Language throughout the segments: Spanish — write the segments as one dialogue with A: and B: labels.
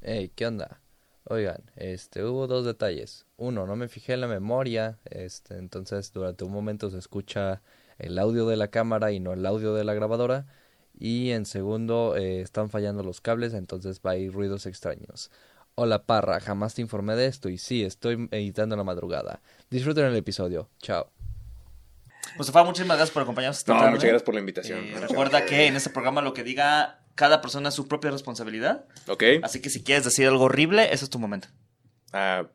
A: Hey, ¿qué onda? Oigan, este, hubo dos detalles. Uno, no me fijé en la memoria, este, entonces durante un momento se escucha el audio de la cámara y no el audio de la grabadora. Y en segundo, eh, están fallando los cables, entonces va a ir ruidos extraños. Hola parra, jamás te informé de esto y sí, estoy editando en la madrugada. Disfruten el episodio. Chao.
B: Mustafa, Pues, muchísimas gracias por acompañarnos esta
C: No,
B: tarde.
C: muchas gracias por la invitación.
B: Eh,
C: Muchas
B: recuerda que en este programa lo que diga cada persona es su propia responsabilidad.
C: Ok.
B: Así que si quieres decir algo horrible, ese es tu momento.
C: Ah,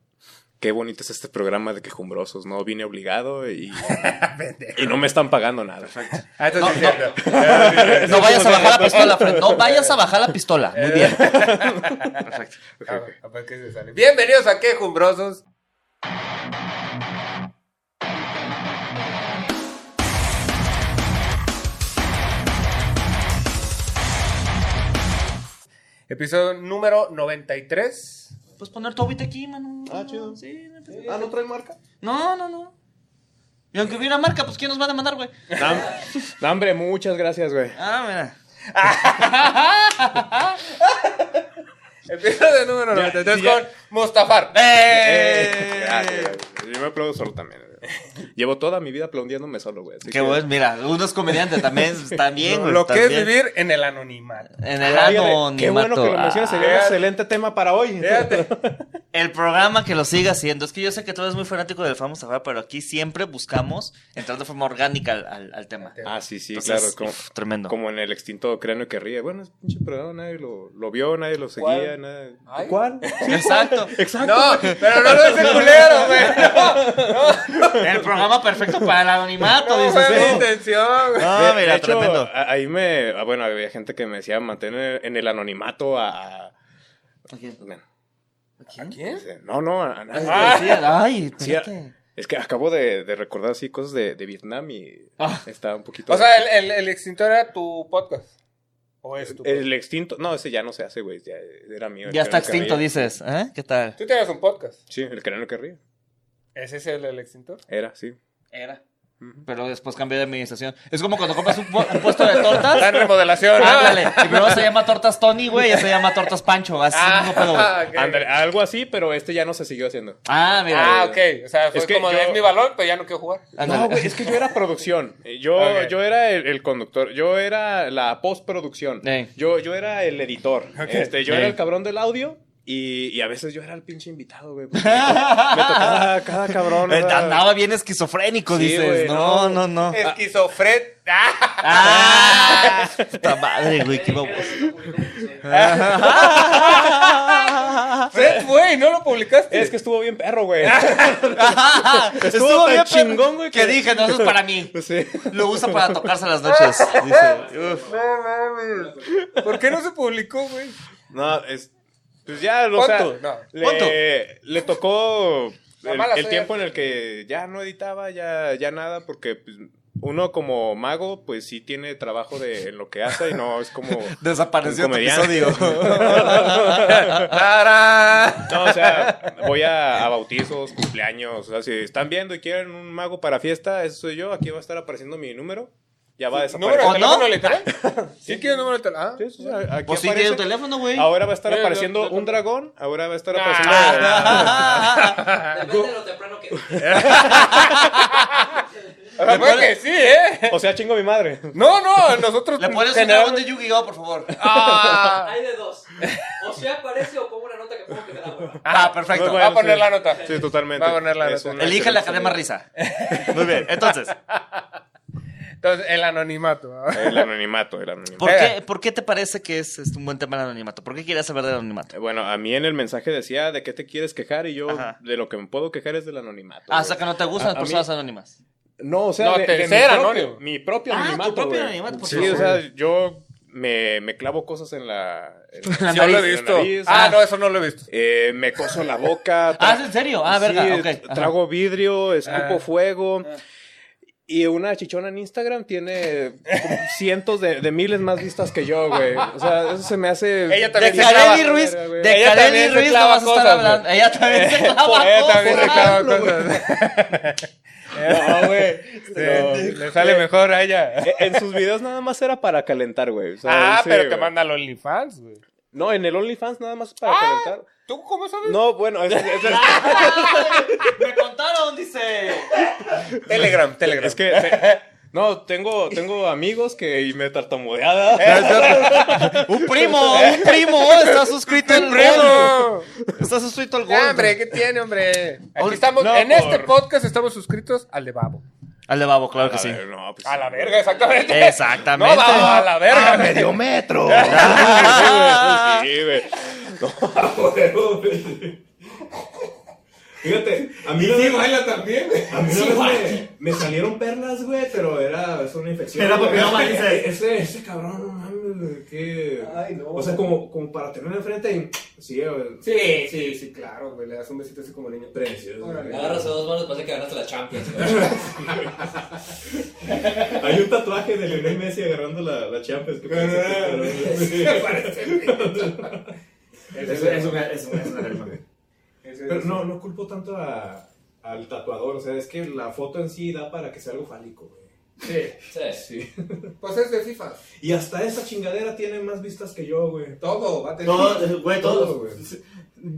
C: qué bonito es este programa de quejumbrosos, ¿no? Vine obligado y, y no me están pagando nada.
D: Ah, estás
B: No,
D: diciendo.
B: No vayas a bajar la pistola, Fred. No vayas a bajar la pistola. Muy bien. Perfecto.
D: Ah, capaz que se sale. Bienvenidos a Quejumbrosos. Episodio número 93.
B: Pues poner tu obit aquí, mano.
C: Ah, chido.
B: Sí, no hay pedo.
C: Ah, ¿no trae marca?
B: No, no, no. Y aunque hubiera marca, pues ¿quién nos va a demandar, güey?
C: No, hombre, muchas gracias, güey.
B: Ah, mira.
D: Episodio número
C: Ya,
D: 93
C: sí, ya.
D: con Mustafar.
C: Eh, gracias, güey. Yo me aplaudo solo también. güey. Llevo toda mi vida aplaudiéndome solo, güey. así
B: Qué
C: que-
B: bueno, mira, uno es comediante también, también, güey.
D: Lo que es
B: también.
D: vivir en el anonimato.
B: En el
C: Fíjate, Qué bueno
B: anonimato.
C: que lo mencionas, sería un
D: Ah.
C: excelente tema para hoy.
D: Fíjate.
B: Ah, el programa que lo siga haciendo. Es que yo sé que tú eres muy fanático del famoso Zafar, pero aquí siempre buscamos entrar de forma orgánica al, al- al tema.
C: Ah, sí, sí,
B: Entonces,
C: claro. Como,
B: uf, tremendo.
C: como en el extinto cráneo que ríe. Bueno, es pinche programa, nadie lo, lo vio, nadie lo seguía.
D: ¿Cuál?
C: nadie-
D: Ay.
C: ¿Cuál?
B: Exacto.
C: Exacto.
D: No, pero no lo es el culero, güey.
B: El programa perfecto para el anonimato,
D: No, no
B: dices
D: fue mi
B: tú.
D: intención, güey.
B: No,
C: De-
B: Ah, mira,
C: de hecho,
B: tremendo.
C: a- ahí me. ah, Bueno, había gente que me decía mantener en el anonimato a. a-
B: ¿A quién?
C: bueno,
D: ¿Eh?
B: ¿A quién?
D: ¿Quién?
C: dice, no, no, a- a nadie.
D: Ah.
B: Sí, Ay,
C: Sí, a-
B: espérate.
C: Es que acabo de, de recordar así cosas de, de Vietnam y
B: Ah.
C: está un poquito.
D: O sea, el, el, el extintor era tu podcast. O es tu
C: El extinto. No, ese ya no se hace, güey. Ya era mío. el
B: Ya está
C: cráneo que
B: extinto,
C: ríe.
B: dices. ¿Eh? ¿Qué tal?
D: podcast. Tú tenías un podcast.
C: Sí, el cráneo que ríe.
D: ¿Es ese el, el extintor?
C: Era, sí.
B: Era.
C: Ujú.
B: Pero después cambió de administración. Es como cuando compras un, pu- un puesto de tortas.
C: Ah,
D: Está en remodelación. ¿no?
B: Ándale. Y primero se llama Tortas Tony, güey, y ya se llama Tortas Pancho. Así es el mismo pedo, güey.
D: Ah, ok.
C: Ándale, algo así, pero este ya no se siguió haciendo.
B: Ah, mira.
D: Ah, ok. O sea, fue
C: Es que
D: como de,
C: yo-
D: es mi balón, pero ya no quiero jugar.
B: Ándale.
C: No, güey, es que yo era producción. Eh, Yo,
D: Ok.
C: yo era el, el conductor. Yo era la postproducción.
B: Ey.
C: Yo, yo era el editor. Este, yo
B: Ey.
C: era el cabrón del audio. Y, y a veces yo era el pinche invitado, güey. porque Me tocaba cada cabrón.
B: Eh,
C: era-
B: Andaba bien esquizofrénico,
C: Sí,
B: dices.
C: güey,
B: no, no, Eh,
C: no.
B: no.
D: Esquizofred. Ah,
B: ¡Ah! Puta madre, güey, qué vamos.
D: Fred, güey, no lo publicaste.
C: Es que estuvo bien perro, güey.
B: Estuvo
C: tan
B: bien chingón,
C: chingón,
B: güey.
C: güey,
B: Que
C: que-
B: dije, no, eso es para mí.
C: Sí.
B: Lo usa para tocarse las noches. Dice, uf.
D: No mames. ¿Por qué no se publicó, güey?
C: No, es. Pues ya, o
D: Pon
C: sea,
D: tú, no.
B: Pon tú.
C: le, le tocó
D: La
C: el,
D: mala
C: el
D: suerte.
C: tiempo en el que ya no editaba, ya, ya nada, porque pues, uno como mago, pues sí tiene trabajo de, en lo que hace y no es como.
B: Desapareció
C: Un
B: tu
C: comediante.
B: episodio.
D: ¡Tarán!
C: No, o sea, voy a, a bautizos, cumpleaños. O sea, si están viendo y quieren un mago para fiesta, eso soy yo. Aquí va a estar apareciendo mi número. Ya va a desaparecer.
D: ¿Número
B: ¿O
D: de
B: no?
D: teléfono literal? ¿Sí quieres número de teléfono? Ah.
C: Sí, sí, sí, aquí
B: Pues sí, tiene
C: aparece.
B: tu teléfono, güey.
C: Ahora va a estar
D: Sí, yo-
C: apareciendo
D: yo-
C: un dragón. Ahora va a estar
D: Ah.
C: apareciendo.
E: Depende de lo temprano que.
D: Ah, Puede que sí, ¿eh?
C: O sea, chingo a mi madre.
D: No, no, nosotros.
B: Le pones un
D: general-
B: dragón de Yu-Gi-Oh, por favor.
D: Ah,
E: Hay de dos. O sea, aparece o pongo una nota que pongo que me da hueva.
B: Ah, perfecto.
D: va a poner
C: sí.
D: la nota.
C: Sí, totalmente.
D: Va a poner la
C: Es
D: nota.
C: una
B: Elige la que dé
C: excelente
B: más risa. Muy bien. Entonces,
D: Entonces, el anonimato. ¿no?
C: idea. El anonimato, el anonimato.
B: ¿por
D: Venga.
B: qué, por qué te parece que es, es un buen tema el anonimato? ¿Por qué quieres saber del anonimato?
C: Eh, Bueno, a mí en el mensaje decía de qué te quieres quejar y yo
B: Ajá.
C: de lo que me puedo quejar es del anonimato.
B: Ah, o
C: güey.
B: sea, que no te gustan
C: A-
B: las
C: a mí-
B: personas anónimas.
C: No, o sea,
D: No,
C: de, de mi,
D: tercer
C: propio,
D: anónimo.
C: mi propio
B: Ah, tu
C: anonimato.
B: propio
C: güey.
B: anonimato, por
C: Sí,
B: favor.
C: o sea, yo me, me clavo cosas en la. en la-
D: Yo lo
C: en
D: he
C: la
D: visto.
C: nariz,
D: Ah, no, eso no lo he visto.
C: eh, me coso la boca.
B: Ah,
C: tra-
B: ¿es en serio? Ah, verga, ok,
C: t-
B: ajá.
C: Trago vidrio, escupo
D: Ah.
C: fuego. Y una chichona en Instagram tiene como cientos de, de miles más vistas que yo, güey. O sea, eso se me hace.
D: Ella
B: De
D: también se
B: Kareli
D: clava.
B: Ruiz,
C: Verga, güey.
B: de
D: Ella
B: Kareli
D: también se
B: Ruiz no
D: clava
B: vas a estar
D: cosas,
B: hablando. Ella también se clava
D: Ella
B: cosas.
D: también se clava cosas.
C: No, güey.
D: Sí,
C: No.
D: le sale mejor a ella.
C: e, En sus videos nada más era para calentar, güey. O sea,
D: Ah,
C: sí,
D: pero
C: güey.
D: te manda al OnlyFans, güey.
F: No, en el OnlyFans nada más para
D: Ah.
F: calentar.
D: ¿Tú cómo sabes?
F: No, bueno, es, es- es-
B: ¡Me contaron! Dice.
D: Telegram, Telegram.
F: es que. te- no, tengo, tengo amigos que y me
C: Ah,
F: tartamudeada.
B: ¡Un primo! ¡Un primo! ¡Está suscrito el primo!
D: ¡Primo!
B: Está suscrito el
D: Ya, hombre,
B: gordo.
D: ¿qué tiene, hombre? Aquí
F: Ahorita-
D: estamos,
F: no,
D: en
F: por-
D: este podcast estamos suscritos al de Babo.
B: Al de babo, claro que sí.
F: ver, no, pues-
D: A la verga, exactamente.
B: Exactamente.
D: No, Babo, a la verga. medio
G: metro!
B: Ah.
F: Sí, güey.
C: Fíjate, a mí
H: Y
C: no
H: sí,
C: me,
H: baila también.
C: a mí una
H: Sí,
C: vez
H: baila.
C: me, me salieron perlas, güey, pero era es una infección.
H: Era porque
C: güey.
H: no bailes.
C: Ese, ese cabrón, no mames, güey, que...
H: Ay, no.
C: O sea, como, como para tenerlo enfrente y... Sí, güey.
H: Sí, sí, sí, claro, güey. Le das un besito así como niño.
C: Precioso.
H: Órale.
E: Agarras a dos manos, parece que ganaste la Champions.
C: Hay un tatuaje de Lionel Messi agarrando la, la Champions. Que este,
H: No, no, no, no.
C: Sí.
H: Es, es una, es una, es una verga, güey. Es- es-
C: Pero no, no culpo tanto a, al tatuador. O sea, es que la foto en sí da para que sea algo fálico, güey.
H: Sí.
E: Sí.
C: Sí.
D: Pues es de FIFA.
C: Y hasta esa chingadera tiene más vistas que yo, güey.
D: Todo, va a tener.
H: Todo, güey,
C: Todo,
H: todo.
C: güey.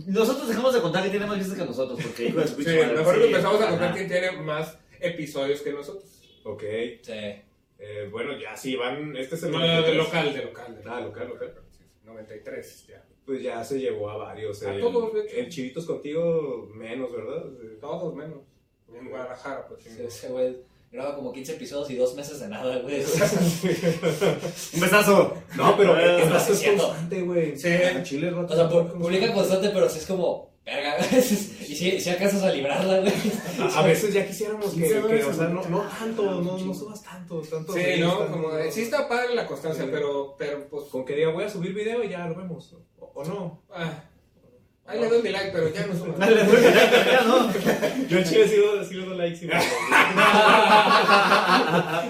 H: Nosotros dejamos de contar que tiene más vistas que nosotros, porque hijo de su
D: Sí,
H: pinche madre,
D: mejor
H: sí,
D: empezamos a
H: ajá.
D: contar quién tiene más episodios que nosotros.
C: Ok.
E: Sí.
C: Eh, bueno, ya sí, van. Este es el.
D: No, de
C: 93.
D: local, de local. de
C: Ah, local, local.
D: Sí, 93, ya.
C: Pues ya se llevó a varios.
D: A
C: el,
D: todos, de hecho.
C: el Chivitos contigo, menos, ¿verdad?
D: Todos menos. En Guadalajara, pues.
E: Sí, Ese güey graba como 15 episodios y dos meses de nada, güey.
H: Un besazo.
C: No, pero el
H: Eh,
C: vato es
E: haciendo.
C: constante, güey.
D: Ah. Sí.
C: En Chile el vato
E: O sea,
C: es
E: pu-
C: constante.
E: publica constante, pero sí es como, verga, güey. Y si, si alcanzas a librarla, güey.
C: A, a veces ya quisiéramos que,
H: Sí,
C: que,
H: güey,
C: o sea, no, no
H: sí.
C: tanto, no, no subas tanto, tanto.
D: Sí,
C: de
D: ¿no?
C: Insta,
D: Como de, sí está padre la constancia,
C: Sí.
D: pero, pero pues...
C: Con que diga, voy a subir video y ya lo vemos. O, o no.
D: ah, ahí le doy mi like, pero ya no subo.
H: Dale, güey, ya, ya, no.
C: Yo en Chile sigo, sigo dando likes y me-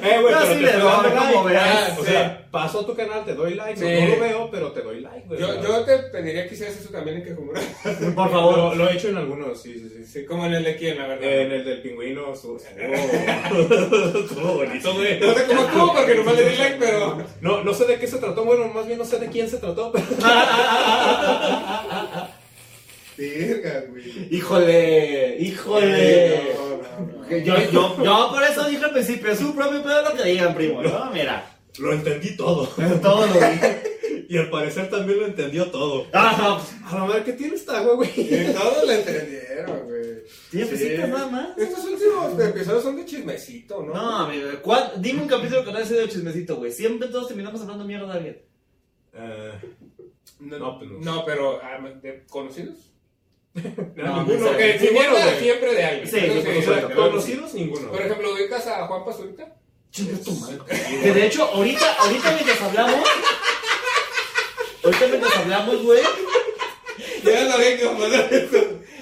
C: Eh, güey, pero
H: No, sí
C: te
H: le
C: estoy
H: doy,
C: dando
H: como
C: like.
H: veas.
C: O sea, paso a tu canal, te doy like.
D: Sí.
C: No, no lo veo, pero te doy like, güey.
D: Yo, yo te pediría que hicieras eso también en que como
H: Por
C: Lo,
H: favor.
C: lo he hecho en algunos, sí, sí, sí.
D: Sí, como en el de quién, la verdad.
C: En el del pingüino, su- estuvo estuvo bonito, güey.
D: No sé cómo estuvo porque nomás le di like, pero...
C: No, no sé de qué se trató, bueno, más bien no sé de quién se trató, pero... Verga, güey.
H: Híjole, híjole. Que Yo, yo, yo por eso dije al principio, es su propio pedo lo que digan, primo, ¿no? Mira,
C: Lo entendí todo.
H: todo lo dije.
C: Y al parecer también lo entendió todo.
H: Ah, no,
C: A la madre, ¿qué tiene esta agua, güey?
D: Y todos lo entendieron, güey.
H: ¿Tienes visitas pues nada más?
D: Estos últimos episodios son de chismecito, ¿no?
H: No, amigo, ¿cuál- dime un capítulo que no haya sido de chismecito, güey. Siempre todos terminamos hablando mierda de alguien.
C: Eh,
D: No,
C: No, pues no.
D: no, pero ah, ¿de ¿conocidos?
H: No,
C: ninguno,
H: pues,
C: güey.
D: Porque si
C: Ninguno,
D: mierda
C: güey.
D: siempre de alguien.
H: Sí,
D: Eso
H: por
C: O sea,
H: supuesto.
C: Conocidos, ninguno.
D: Por ejemplo, ubicas a Juan Pazurita.
H: Chinga tu madre. Que de hecho, ahorita, ahorita mientras hablamos. Ahorita mientras hablamos, güey.
D: Ya sabía que iba a pasar esto.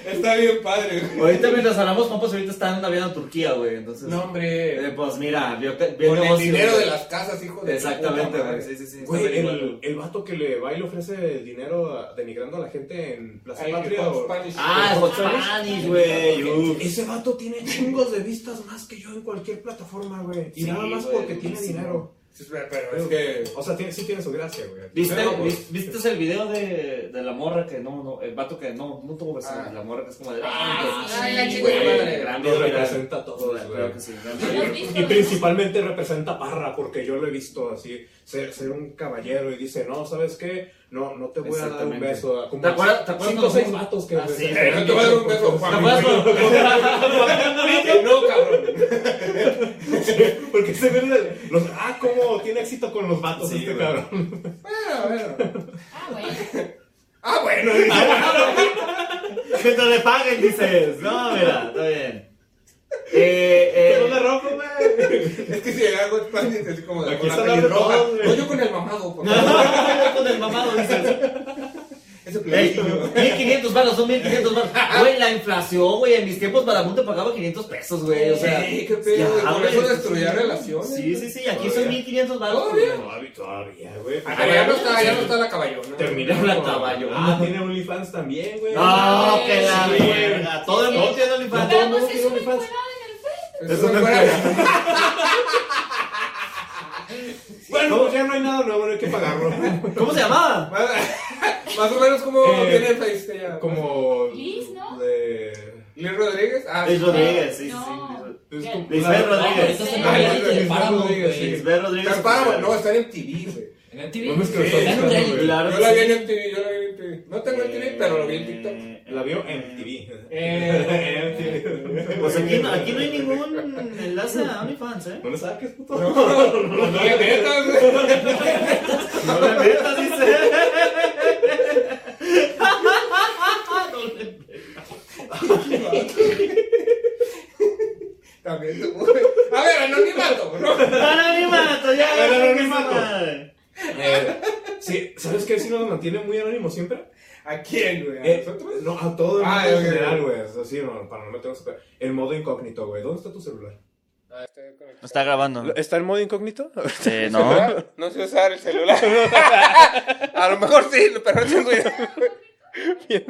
D: Está bien padre, güey.
H: Ahorita mientras hablamos, compas, ahorita están navegando a Turquía, güey. Entonces.
D: No,
H: Eh,
D: hombre.
H: pues mira, vio que. vio
D: Con el
H: negocio,
D: dinero
H: güey.
D: de las casas, hijo de.
H: Exactamente,
D: puta
H: güey.
D: madre.
H: Sí, sí, sí.
C: Güey,
H: está bien,
C: el,
H: güey.
C: el vato que le va y le ofrece dinero a- denigrando a la gente en Plaza
D: Ay, que
C: Patria.
D: Fox
C: o-
D: Spanish.
H: Ah,
D: Fox
H: Hot Spanish, güey. uf.
C: Ese vato tiene chingos de vistas más que yo en cualquier plataforma, güey. Y
H: Sí,
C: nada más
H: güey,
C: porque tiene
H: buenísimo.
C: dinero.
D: Sí, Pero pero es que.
C: O sea, tiene, sí tiene su gracia, güey. pues,
H: ¿Viste,
D: Pero,
H: vi-
I: pues,
H: ¿Viste el video de, de la morra que no, no, el vato que no, no tuvo vestido?
D: Ah.
H: La morra que es como de.
D: Ah,
H: que-
D: sí, la chica
H: güey,
D: de madre.
H: gran
C: Nos
H: video, mira.
C: representa a todos,
H: Claro
C: güey.
H: que sí, gran video.
C: Y principalmente representa a Parra, porque yo lo he visto así, ser, ser un caballero y dice, no, ¿sabes qué? No, no te voy a dar un
H: Exactamente.
C: beso. Como
H: ¿Te acuerdas- te acuerdas
C: cinco o seis
H: cuando-
C: vatos que...
H: Ah, sí,
C: se-
H: pero
D: no te voy a dar un beso,
H: ¿Te
D: Juan.
H: acuerdas cuando-
D: No, cabrón.
C: Porque se ven el- los... Ah, cómo tiene éxito con los vatos
H: Sí,
C: este
H: güey.
C: cabrón.
D: Bueno, bueno.
J: Ah, güey.
D: Ah, bueno. dice.
H: Que te le paguen, dices. No, mira, está bien. Eh, eh,
C: ropa, güey.
D: Es que si llega Fox Spanish, así como de.
C: Aquí
D: con la
C: está la de
D: pelirroja.
C: todos, güey.
D: No, yo con el mamado, por favor.
H: con el mamado, dices.
D: Ese
H: Ey,
D: pleito, güey.
H: 1500 baros, son 1500 baros. Güey, la inflación, güey. En mis tiempos, Badabun te pagaba 500 pesos, güey. O sea,
D: Sí, qué pedo, güey,
H: ya,
D: por
H: güey.
D: eso destruía relaciones.
H: Sí, sí, sí. Aquí son 1500 baros.
D: Todavía.
C: Todavía, güey.
D: Ah, ya no está, ya no está la caballona.
C: Terminaron
H: La
C: con-
H: caballona.
C: Ah, tiene OnlyFans también, güey.
H: No, que la
C: Sí, güey.
H: verga. Todo el mundo tiene
C: Pero,
H: OnlyFans.
J: Pero
C: no,
J: pues es
C: no,
J: una
C: no,
J: encuerada
C: fans.
J: en el Facebook.
D: Eso no es fuera.
H: Bueno,
I: no, ya no hay nada nuevo, no hay que pagarlo.
H: ¿Cómo se llamaba?
D: Más, más o menos como
I: Eh,
D: tiene el este face de ella.
I: Como.
K: Liz, ¿no?
I: De.
D: Liz Rodríguez. Ah,
H: Luis
D: sí. Ah,
H: Rodríguez, sí, sí.
K: No.
H: sí.
I: Es
K: Ya.
I: como-
H: Lisbeth
E: No, pero
H: Rodríguez.
E: esto es en
D: Ay,
E: reality de
I: Luis
E: Paramount,
I: Rodríguez,
E: güey.
I: sí.
H: Lisbeth Rodríguez.
D: Está en Paramount, no, está en MTV, güey.
E: En
I: No me
E: MTV.
I: escribas
D: Sí,
E: Está en
I: tanto,
E: reality.
I: güey.
H: Claro
D: Yo
H: que
D: la vi
H: sí.
D: en MTV, yo la vi en MTV. No tengo MTV, pero lo vi en TikTok.
H: Eh,
I: La vio en TV.
E: Eh,
H: Pues aquí, no- aquí no hay ningún enlace a OnlyFans, ¿eh?
I: No le saques, puto.
D: No le metas, güey.
H: No le metas, dice. No le metas.
D: También tú, güey. A ver, anonimato, ¿no?
H: Para mi mato, ya. ya,
I: Para mi
H: que
I: mato.
H: se madre.
I: Eh, sí, ¿sabes qué? Si nos mantiene muy anónimos siempre.
D: ¿A quién, güey? ¿A
I: Eh,
D: nosotros?
I: no, a todo el mundo
D: Ah,
I: en
D: ok, ok.
I: general, güey. O sea, sí, no, para no meternos. El modo incógnito, güey. ¿Dónde está tu celular?
D: Ah, estoy
B: No
D: conectado.
B: está grabando.
C: ¿Está en modo incógnito?
B: Eh, no.
D: ah, No sé usar el celular. A lo mejor sí, pero no tengo idea.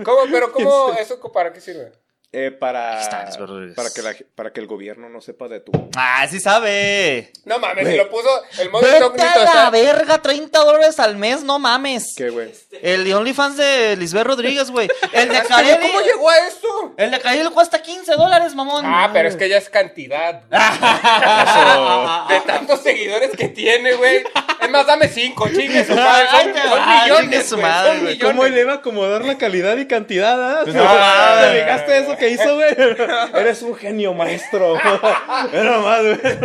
D: ¿Cómo? ¿Pero cómo? ¿Eso co- para qué sirve?
C: Eh, para,
B: Aquí está, es verdad.
C: para, que la, para que el gobierno no sepa de tu...
B: Ah, sí sabe.
D: No mames,
C: Güey.
D: si lo puso el modo
B: Vete
D: incógnito.
B: a la
D: Está...
B: verga, 30 dólares al mes, no mames.
C: ¿Qué, güey?
B: El de OnlyFans de Lisbeth Rodríguez, güey. El de
D: Ah,
B: Kareli.
D: ¿Cómo llegó a esto?
B: El de Kareli cuesta 15 dólares, mamón.
D: Ah, pero es que ya es cantidad. güey. De tantos seguidores que tiene, güey. Es más, dame cinco, chingue su madre.
B: Ay, te
D: Son, son
B: va, chingue
D: millones,
B: su
D: güey.
B: madre,
D: Son
B: güey.
D: millones.
C: iba a acomodar la calidad y cantidad?
B: no, ah? ¿Te
D: fijaste
C: eso que hizo, güey? Eres un genio, maestro. Era más, güey.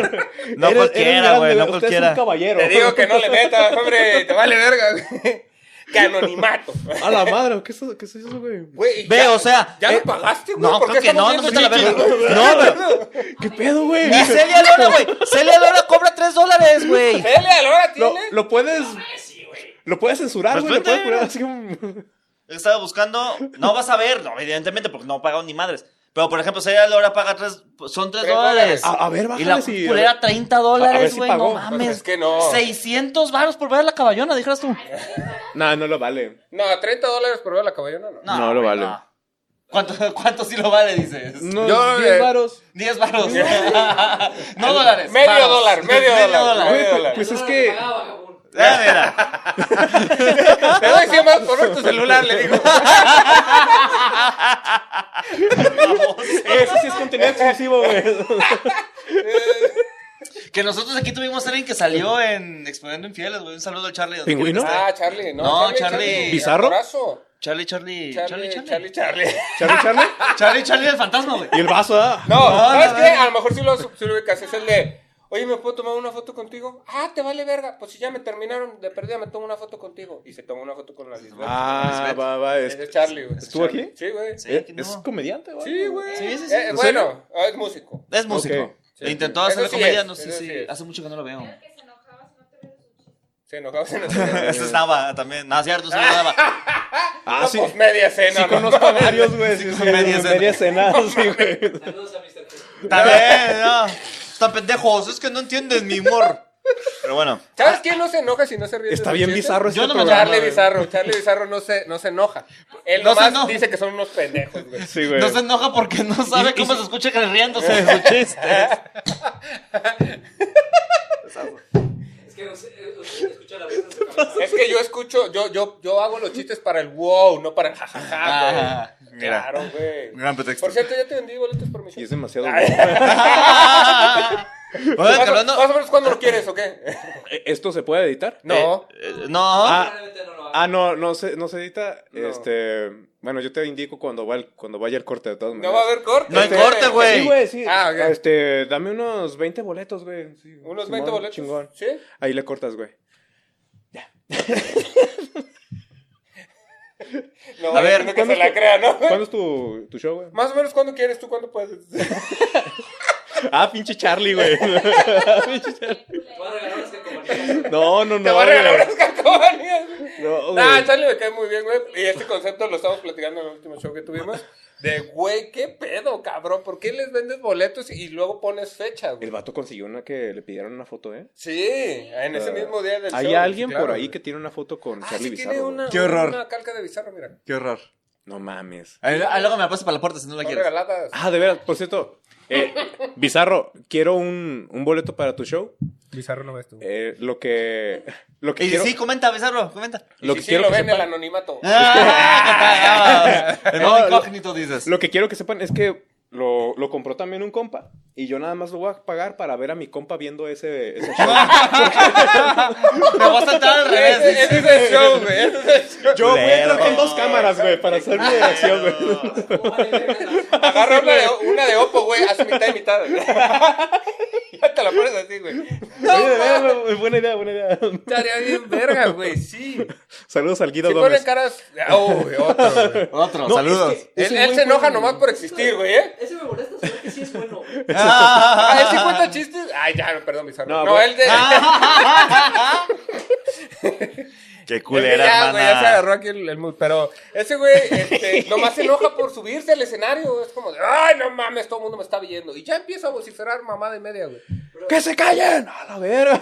B: No Eres- cualquiera, eres grande, güey, no güey. Usted es un cualquiera.
C: caballero.
D: Te digo que no le metas, hombre, te vale verga, güey. Que anonimato.
C: A la madre, ¿qué es, qué es eso, güey?
D: Güey, y
B: Ve,
D: ya-
B: o sea,
D: Ya
B: eh,
D: lo pagaste, güey.
B: No,
D: ¿por qué
B: creo que no,
D: estamos
B: no
D: viendo
B: sé la verga.
D: esta chingada?
B: No, pero.
C: ¿Qué pedo, güey?
B: Ni Celia Lora, güey. Celia Lora cobra 3 dólares, güey.
D: Celia Lora
C: Lo,
D: tiene.
C: lo puedes. Lo puedes censurar,
B: Pues
C: güey. Lo
B: vete.
C: puedes poner así como.
B: Estaba buscando. No vas a ver, no, evidentemente, porque no pagan ni madres. Pero, por ejemplo, Celia Lora paga 3. Son 3
D: Tres
B: dólares.
D: dólares.
C: A, a ver,
B: Y la
C: bájale si.
B: culera 30
C: A ver
B: dólares,
C: si
B: güey.
C: pagó.
B: no
C: Pues
B: mames.
D: es que no.
B: 600 varos por ver a la caballona, dijeras tú.
C: Nah, no lo vale.
D: No, 30 dólares por ver la caballona, no.
C: No lo
B: güey,
C: vale.
B: no. ¿Cuánto, ¿Cuánto sí lo vale, dices?
C: No,
D: Yo,
C: 10
D: eh,
C: varos.
B: 10 varos. no dólares.
D: Medio
B: varos.
D: dólar, medio dólar, medio
C: Güey,
D: dólar.
C: pues es que.
B: Ya, mira.
D: Te doy 100 más por ver tu celular, le digo.
C: Eso sí es contenido exclusivo, güey.
B: Que nosotros aquí tuvimos a alguien que salió en Explorando Infieles, güey. Un saludo a Charlie. donde
C: ¿Pingüino?
B: quiera que
D: Ah, Charlie, no.
B: No,
D: Charlie,
B: Charlie.
C: ¿Bizarro?
D: actorazo.
B: esté. Charlie, Charlie,
D: Ah, Charlie,
B: Charlie, Charlie.
D: Charlie, Charlie. Charlie.
C: Charlie, Charlie.
B: Charlie, Charlie el fantasma, güey.
C: Y el vaso, ¿ah?
D: No, ¿sabes
B: no,
D: qué?
B: no.
D: A lo mejor sí lo, sí lo ubicas. Es el de, oye, ¿me puedo tomar una foto contigo? Ah, te vale verga. Pues si ya me terminaron de perdida, me tomo una foto contigo. Y se toma una foto con la Lisbeth.
C: Ah, va, va. es-
D: Ese es Charlie, güey.
C: ¿Estuvo aquí?
D: Sí, güey.
B: Sí,
C: eh,
B: que
C: Es
B: no.
C: comediante, güey.
D: Sí, güey.
B: Sí, sí, sí.
D: Eh,
C: ¿En
D: bueno, ah, es músico.
B: Es músico.
C: Ok.
B: Le Intentó
D: sí.
B: hacer
D: Eso sí
B: comedia,
D: es,
B: no sé
D: eso
B: si.
D: sí es.
B: Hace mucho que no lo veo.
K: Creo que se enojaba si no te veías un chiste.
D: Se enojaba, se enojaba.
B: Este es Nava también. No, cierto, es Nava.
C: Ah, sí.
D: Pues media cena,
C: Sí,
D: ¿no?
C: conozco a varios, güey. Sí, sí,
B: media cena.
C: media cena. Sí, güey.
E: Saludos a Mr. Q.
B: También, no. Están pendejos, es que no entienden mi humor. Pero bueno.
D: ¿Sabes quién no se enoja si no se ríe? de
C: Está
D: sus
C: bien
D: chistes?
C: bizarro este
B: Yo no me
C: programa,
D: Charlie
C: güey.
D: Bizarro, Charlie Bizarro no se, no se enoja. Él
B: No se
D: nomás
B: enoja.
D: dice que son unos pendejos, güey.
C: Sí, güey.
B: No se enoja porque no sabe cómo se escucha que riéndose de sus chistes.
E: Es que no sé, eh, usted escucha la voz de su camarada.
D: Es que yo escucho, yo, yo, yo hago los chistes para el wow, no para el jajaja,
B: Ah,
D: güey.
B: mira.
D: Claro, güey.
B: Gran pretexto.
D: Por cierto, ya te vendí boletos por mi show.
C: Y es demasiado.
D: Ay.
C: güey.
B: Oigan,
D: Más o-
B: hablando-
D: más o menos cuándo lo quieres, ¿o qué?
C: Eh, ¿Esto se puede editar?
D: No.
B: Eh, no.
C: Ah.
E: Probablemente no lo haga.
C: Ah, no, no se, no se edita.
D: No.
C: Este, bueno, yo te indico cuando, va el- cuando vaya el corte de todas
D: No
C: maneras.
D: va a haber corte.
B: No hay
D: Este,
B: corte, güey.
C: Sí, güey, sí.
D: Ah, ok.
C: Este, dame unos 20 boletos, güey. Sí,
D: Unos
C: Simón,
D: 20 boletos.
C: Chingón.
D: ¿Sí?
C: Ahí le cortas, güey.
D: No,
B: A ver,
D: no que
C: ¿cuándo
D: se la
C: es que-
D: crea, ¿no?
C: ¿Cuándo es tu, tu show, güey?
D: Más o menos cuándo quieres tú, cuándo puedes.
C: Ah, pinche Charlie, güey.
E: Te voy a regalar unas calcomanías.
C: No, no, no.
D: Te va a regalar
C: güey.
D: unas calcomanías.
C: No, güey.
D: Nah, Charlie me cae muy bien, güey. Y este concepto lo estamos platicando en el último show que tuvimos. De, güey, qué pedo, cabrón. ¿Por qué les vendes boletos y luego pones fecha,
C: El
D: güey?
C: vato consiguió una que le pidieron una foto, ¿eh?
D: Sí, en ese mismo día del
C: Ah. Hay
D: show,
C: alguien
D: claro,
C: por ahí
D: güey.
C: que tiene una foto con
D: Ah,
C: Charlie
D: sí,
C: Bizarro.
D: tiene
C: güey.
D: una,
B: Qué horror.
D: una calca de Bizarro, mira.
B: Qué horror.
C: No mames.
B: Ahí, ahí luego me la pasas para la puerta si no la
D: Son
B: quieres.
D: regaladas.
C: Ah, de veras, por cierto. eh, Bizarro, quiero un, un boleto para tu show.
L: Bizarro no ves tú.
C: Eh, lo que. Lo que
B: Y
C: quiero.
B: sí, comenta, Bizarro, comenta.
D: Y
C: lo
D: si
C: que
D: sí,
C: quiero
D: lo
C: que
D: ven
C: sepan-
D: el anonimato.
B: Ah, vamos. El modo
C: No, lo-
B: incógnito dices.
C: Lo que quiero que sepan es que lo, lo compró también un compa y yo nada más lo voy a pagar para ver a mi compa viendo ese, ese show.
B: Me vas a entrar al revés.
D: Ese
B: dices.
D: ese es el show, güey. ese es el show.
C: Yo voy a entrar con
H: Verga.
C: dos cámaras, güey, para hacer mi reacción, güey.
D: Agarra una de, una de Oppo, güey. Haz mitad y mitad. Ya te la pones así, güey.
C: Oye, de
D: No,
C: veras,
D: mames.
C: güey, buena idea, buena idea.
D: Estaría bien verga, güey. Sí.
C: Saludos al Guido
D: Si
C: Gómez.
D: ponen caras... Oh, güey, otro, güey.
B: Otro,
C: No,
B: saludos.
C: es que es
D: Él,
C: un
D: él
C: buen
D: se enoja
C: programa.
D: nomás por existir, güey, ¿eh?
E: Ese me molesta, solo que sí es bueno. güey.
D: Ah,
B: Ah,
D: ¿él sí cuenta chistes? Ay, ya, perdón, mis
C: No,
D: No, no
C: güey.
D: él de...
B: ah, Qué
D: ya,
B: culera,
D: güey, ya se
B: hermana.
D: agarró aquí el, el mood, Pero ese güey este, nomás se enoja por subirse al escenario. Es como de, ay, no mames, todo el mundo me está viendo. Y ya empiezo a vociferar mamada y media, güey.
C: ¡Que se callen! ¡A la verga!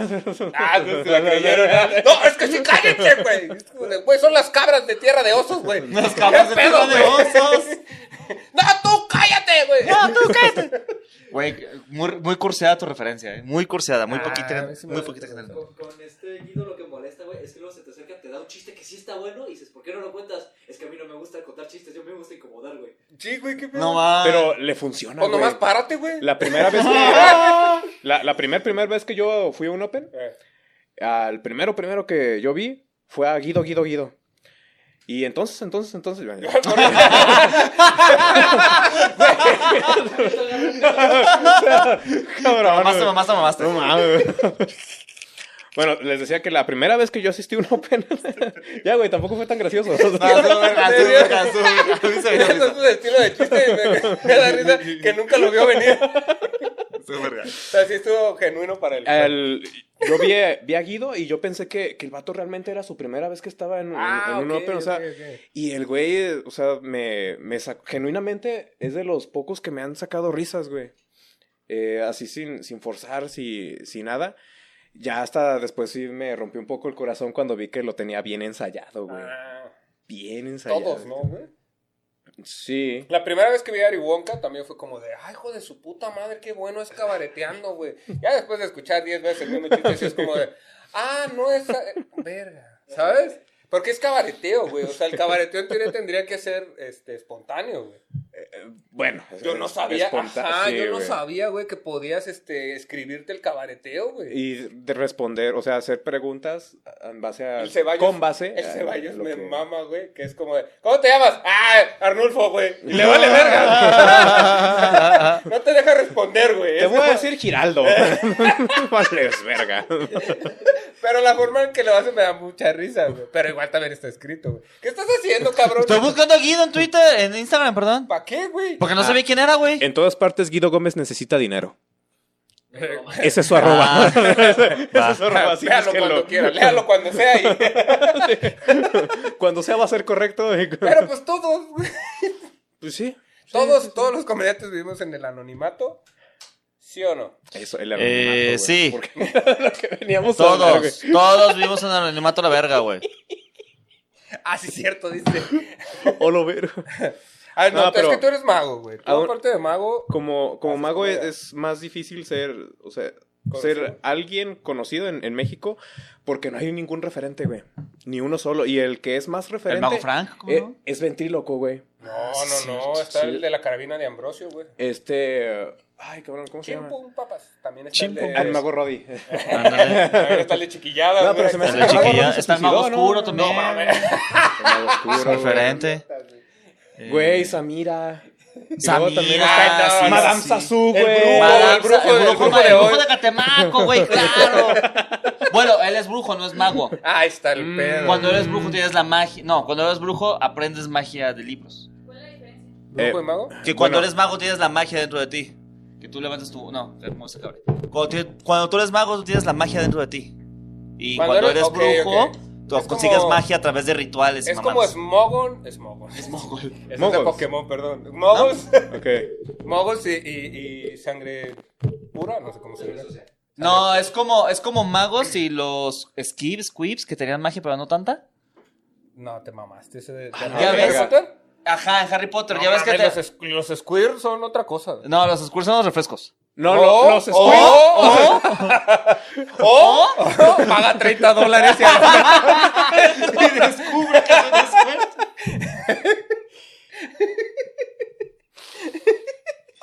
D: Ah, no, se la creyeron. No, es que sí, cállense, güey. Es como de, Güey, son las cabras de tierra de osos, güey.
B: Las cabras de
D: ¿Qué pedo,
B: tierra de
D: güey?
B: osos.
D: No, tú cállate, güey.
B: No, tú cállate. Güey, muy, muy curseada tu referencia, ¿eh? Muy curseada, muy
D: Ah,
B: poquita,
D: sí me
B: muy
D: da-
B: poquita gente.
E: Con, con este Guido lo que molesta, güey, es que luego se te acerca, te da un chiste que sí está bueno y dices, ¿por qué no lo cuentas? Es que a mí no me gusta contar chistes, yo me gusta incomodar, güey.
D: Sí, güey, qué
B: No
D: pedo.
B: más.
C: Pero le funciona,
D: O Pues nomás
C: güey.
D: párate, güey.
C: La primera vez que... La, la primer, primer vez que yo fui a un Open,
D: Eh.
C: al primero, primero que yo vi fue a Guido, Guido, Guido. Y entonces, entonces, entonces... Cabrón,
B: Mamaste,
C: güey.
B: mamaste, mamaste.
C: No mames. Bueno, les decía que la primera vez que yo asistí a un Open... ya, güey, tampoco fue tan gracioso.
B: No, estuvo verga, estuvo verga, estuvo verga. A mí se me dio
D: Ese
B: risa,
D: es su estilo de chiste y me, me da risa que nunca lo vio venir.
B: estuvo verga.
D: Pero sí estuvo genuino para él.
C: El- yo vi, vi a Guido y yo pensé que, que el vato realmente era su primera vez que estaba en, en- en un
D: Ah, ok,
C: Open, o sea,
D: ok, ok.
C: y el güey, eh, o sea, me, me sacó, genuinamente es de los pocos que me han sacado risas, güey. Eh, así sin, sin forzar, si- sin nada. Ya hasta después sí me rompió un poco el corazón cuando vi que lo tenía bien ensayado, güey.
D: Ah,
C: Bien ensayado.
D: todos, ¿no, güey?
C: Sí.
D: La primera vez que vi a Ari Wonka también fue como de, ay, hijo de su puta madre, qué bueno es cabareteando, güey. Ya después de escuchar 10 veces el mismo chiste, sí es como de, ah, no es. eh, Verga, ¿sabes? Porque es cabareteo, güey. O sea, el cabareteo en teoría tendría que ser este, espontáneo, güey.
C: Bueno,
D: Yo no sabía.
C: espontá-
D: ajá,
C: sí,
D: yo no
C: güey.
D: sabía, güey, que podías este, escribirte el cabareteo, güey.
C: Y de responder, o sea, hacer preguntas en base a.
D: El Ceballos-
C: con base.
D: El
C: a- a
D: Ceballos
C: lo
D: me
C: que-
D: mama, güey, que es como de, ¿cómo te llamas? Ah, Arnulfo, güey. Y le vale verga. no te deja responder, güey.
C: Te
D: Es
C: voy a
D: como-
C: decir Giraldo. vale, es verga.
D: Pero la forma en que lo hace me da mucha risa, güey. Pero igual también está escrito, güey. ¿Qué estás haciendo, cabrón?
B: Estoy buscando a Guido en Twitter, en Instagram, perdón.
D: ¿Para qué, güey?
B: Porque no sabía quién era, güey.
C: En todas partes, Guido Gómez necesita dinero.
E: No, mames.
C: Ese es su arroba.
B: Ah,
C: Ese es su arroba. así
D: léalo
C: búsquenlo.
D: cuando quiera, pues léalo cuando sea. y-
C: Cuando sea, va a ser correcto.
D: Pero pues todos, güey.
C: Pues sí.
D: Todos, todos los comediantes vivimos en el anonimato. ¿Sí o no?
C: Eso, el
B: Eh,
C: anonimato, güey,
B: sí.
C: Porque era lo que veníamos a hablar, güey.
B: todos, todos vimos en anonimato la verga, güey.
D: Ah, sí, cierto, dice.
C: O lo ver.
D: Ah, no,
C: No, pero-
D: pero... es que tú eres mago, güey. Tú,
C: Aún-
D: aparte de mago,
C: Como, como
D: Haces
C: mago es,
D: comedia.
C: es más difícil ser, o sea,
D: Conocido.
C: ser alguien conocido en, en México porque no hay ningún referente, güey. Ni uno solo. Y el que es más referente
B: El mago Frank, ¿cómo
C: eh,
B: no?
C: es ventríloco, güey.
B: Ah,
D: No,
C: sí,
D: no, no.
C: sí,
D: Está
C: sí.
D: el de la carabina de Ambrosio, güey.
C: Este... eh, Ay, cabrón, ¿cómo se llama?
D: Chimpum papas. También está el
C: Ah, el
D: de...
C: mago Roddy.
B: Ándale.
D: También está el de chiquillada,
C: No,
D: güey.
C: pero se me
B: El
C: hace
B: de
C: que el mago
B: chiquilla.
C: Roddy se
B: Está el mago
C: suicidó, ¿no?
B: oscuro también.
D: No mames.
C: El mago oscuro,
B: Es
C: güey.
B: referente.
C: Güey, Samira. Y luego
B: Samira,
C: también está
B: sí,
C: Madame
B: sí.
C: Sassou,
D: El
C: güey.
D: brujo,
B: Madame
D: el brujo
B: Sa- el
D: de- el
B: brujo
D: brujo
B: ma-
D: de
B: el
D: hoy.
B: brujo de Catemaco, güey, claro. Bueno, él es brujo, no es mago.
D: Ahí está el pedo.
B: Mm, Cuando eres brujo tienes la magia. No, cuando eres brujo aprendes magia de libros.
K: ¿Cuál es la diferencia?
D: ¿Brujo
C: Eh,
D: de mago?
B: Que cuando eres mago tienes la magia dentro de ti. Que tú levantas tu. No, hermosa cabrón. Cuando, tie- cuando tú eres mago, tú tienes la magia dentro de ti. Y
D: Cuando
B: cuando,
D: eres-
B: eres,
D: ok,
B: brujo,
D: ok.
B: tú
D: Es como-
B: consigues magia a través de rituales.
D: Es como
B: mamadas.
D: Smogon. Smogon.
B: Es mogol.
D: Es de
C: Mogols.
D: Pokémon, perdón. Moguls.
C: Ok.
D: Moguls y, y, y sangre pura, no sé cómo se llama.
B: No, es como, es como magos y los skibs, quibs, que tenían magia pero no tanta.
D: No, te mamaste ese de...
B: Ah, ya
D: ¿Harry
B: ves.
D: Potter?
B: Ajá, en Harry Potter,
D: No
B: ya ves que
D: mames,
B: te...
D: los, es- los Squirts son otra cosa.
B: No, los Squirts son los refrescos.
C: No,
B: Oh,
D: O-
C: lo- los
D: o-
C: squids.
D: o- o-
B: ¿Oh?
D: o paga 30 dólares y a-
B: Y descubre que es un descuento.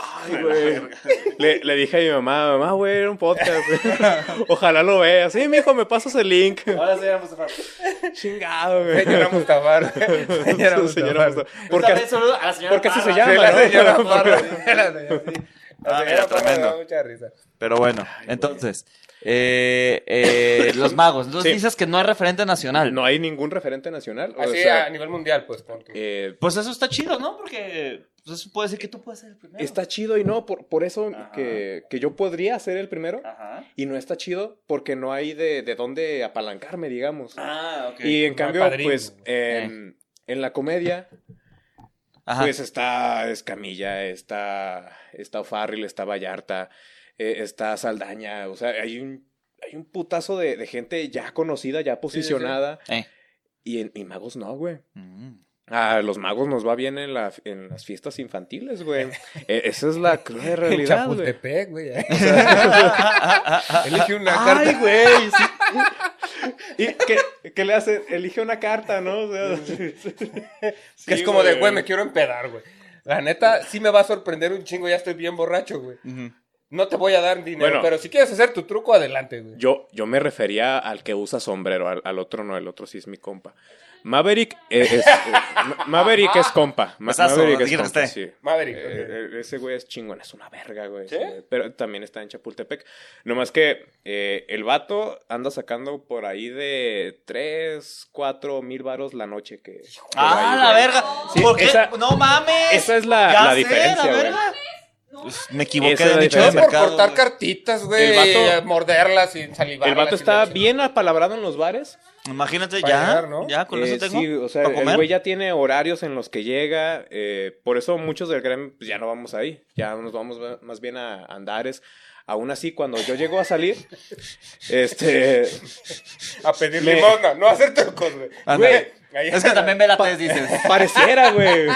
C: Ay, güey. Le, le dije a mi mamá, mamá, güey, era un podcast. Ojalá lo veas. Sí, mijo, me pasas el link.
B: Ahora sí, vamos a ver.
C: Chingado, güey.
D: Señora Mustafa. güey. Señora
C: Señora
D: Mustafa. Ah,
C: Mustafa. Porque
B: También saludo a la señora
C: porque así se
B: Parra.
C: llama,
D: Sí, la
C: ¿no?
D: señora Parra, sí, la señora- sí.
B: Ah,
D: La
B: mira,
D: señora Parra me da
B: tremendo.
D: mucha risa.
B: Pero bueno, entonces, eh, eh, los magos. Entonces
C: Sí.
B: dices que no hay referente nacional.
C: Ah, no hay ningún referente nacional. o
D: Así
C: sea,
D: a nivel mundial, pues. porque-
C: eh,
B: Pues eso está chido, ¿no? Porque pues, eso puede ser que tú puedes ser el primero.
C: está chido y no, por, por eso
B: Ajá. Ah.
C: que, que yo podría ser el primero.
B: Ajá.
C: Y no está chido porque no hay de, de dónde apalancarme, digamos.
B: Ah, ok.
C: Y en
D: no hay
C: cambio,
D: padrino,
C: pues, en, en la comedia,
B: Ajá.
C: pues está Escamilla, está, está O'Farrill, está Vallarta, eh, está Saldaña, o sea, hay un, hay un putazo de, de gente ya conocida, ya posicionada.
B: Eh.
C: Y, en, y magos no, güey.
B: Mm.
C: A los magos nos va bien en, la, en las fiestas infantiles, güey. E- esa es la cruda realidad, güey.
D: Chapultepec, güey.
B: Ah,
D: Elige una
C: ¡Ay,
D: carta.
C: güey! sí. ¿Y qué, qué le hace? Elige una carta, ¿no? O sea,
D: Que es
C: sí,
D: como de, güey, me quiero empedar, güey. La neta, sí me va a sorprender un chingo, ya estoy bien borracho, güey. No te voy a dar dinero,
C: Bueno.
D: pero si quieres hacer tu truco, adelante, güey.
C: Yo, yo me refería al que usa sombrero, al, al otro no, el otro sí es mi compa. Maverick eh, es, eh, Ma- Maverick es compa. Ma-
B: Pesazo,
C: Maverick es
B: dijiste
C: compa,
B: usted.
C: sí.
D: Maverick. ok.
C: Eh, eh, ese güey es chingón, es una verga, güey.
D: ¿Sí?
C: Eh, Pero también está en Chapultepec. Nomás que eh, el vato anda sacando por ahí de 3, 4 mil varos la noche que... que va
B: Ah,
C: ahí,
B: la
C: güey.
B: verga.
C: Sí,
B: ¿Por qué?
C: esa-
B: no mames.
C: Esa es la,
B: Ya
C: la
B: sé,
C: diferencia,
B: la
C: güey.
B: verga.
K: No,
B: Pues, me equivoqué
C: Esa es
B: de
C: la
B: dicho de
D: Es por
B: mercado.
D: cortar
B: güey.
D: cartitas, güey,
C: El vato-
D: y morderlas y salivarlas.
C: El vato
D: y la
C: está
D: chingada.
C: bien apalabrado en los bares.
B: Imagínate,
D: Para
B: ya.
D: llegar, ¿no?
B: Ya, con
C: Eh,
B: eso tengo.
C: Sí, o sea,
B: ¿Para
C: el
B: comer?
C: güey ya tiene horarios en los que llega. eh, por eso muchos del gremio pues, ya no vamos ahí. Ya nos vamos va- más bien a andares. Aún así, cuando yo llego a salir, este.
D: A pedir
C: Me-
D: limosna, no a hacer trucos, güey.
B: Ándale.
D: Güey, ahí-
B: Es que también ve la test, dices.
C: Pareciera, güey.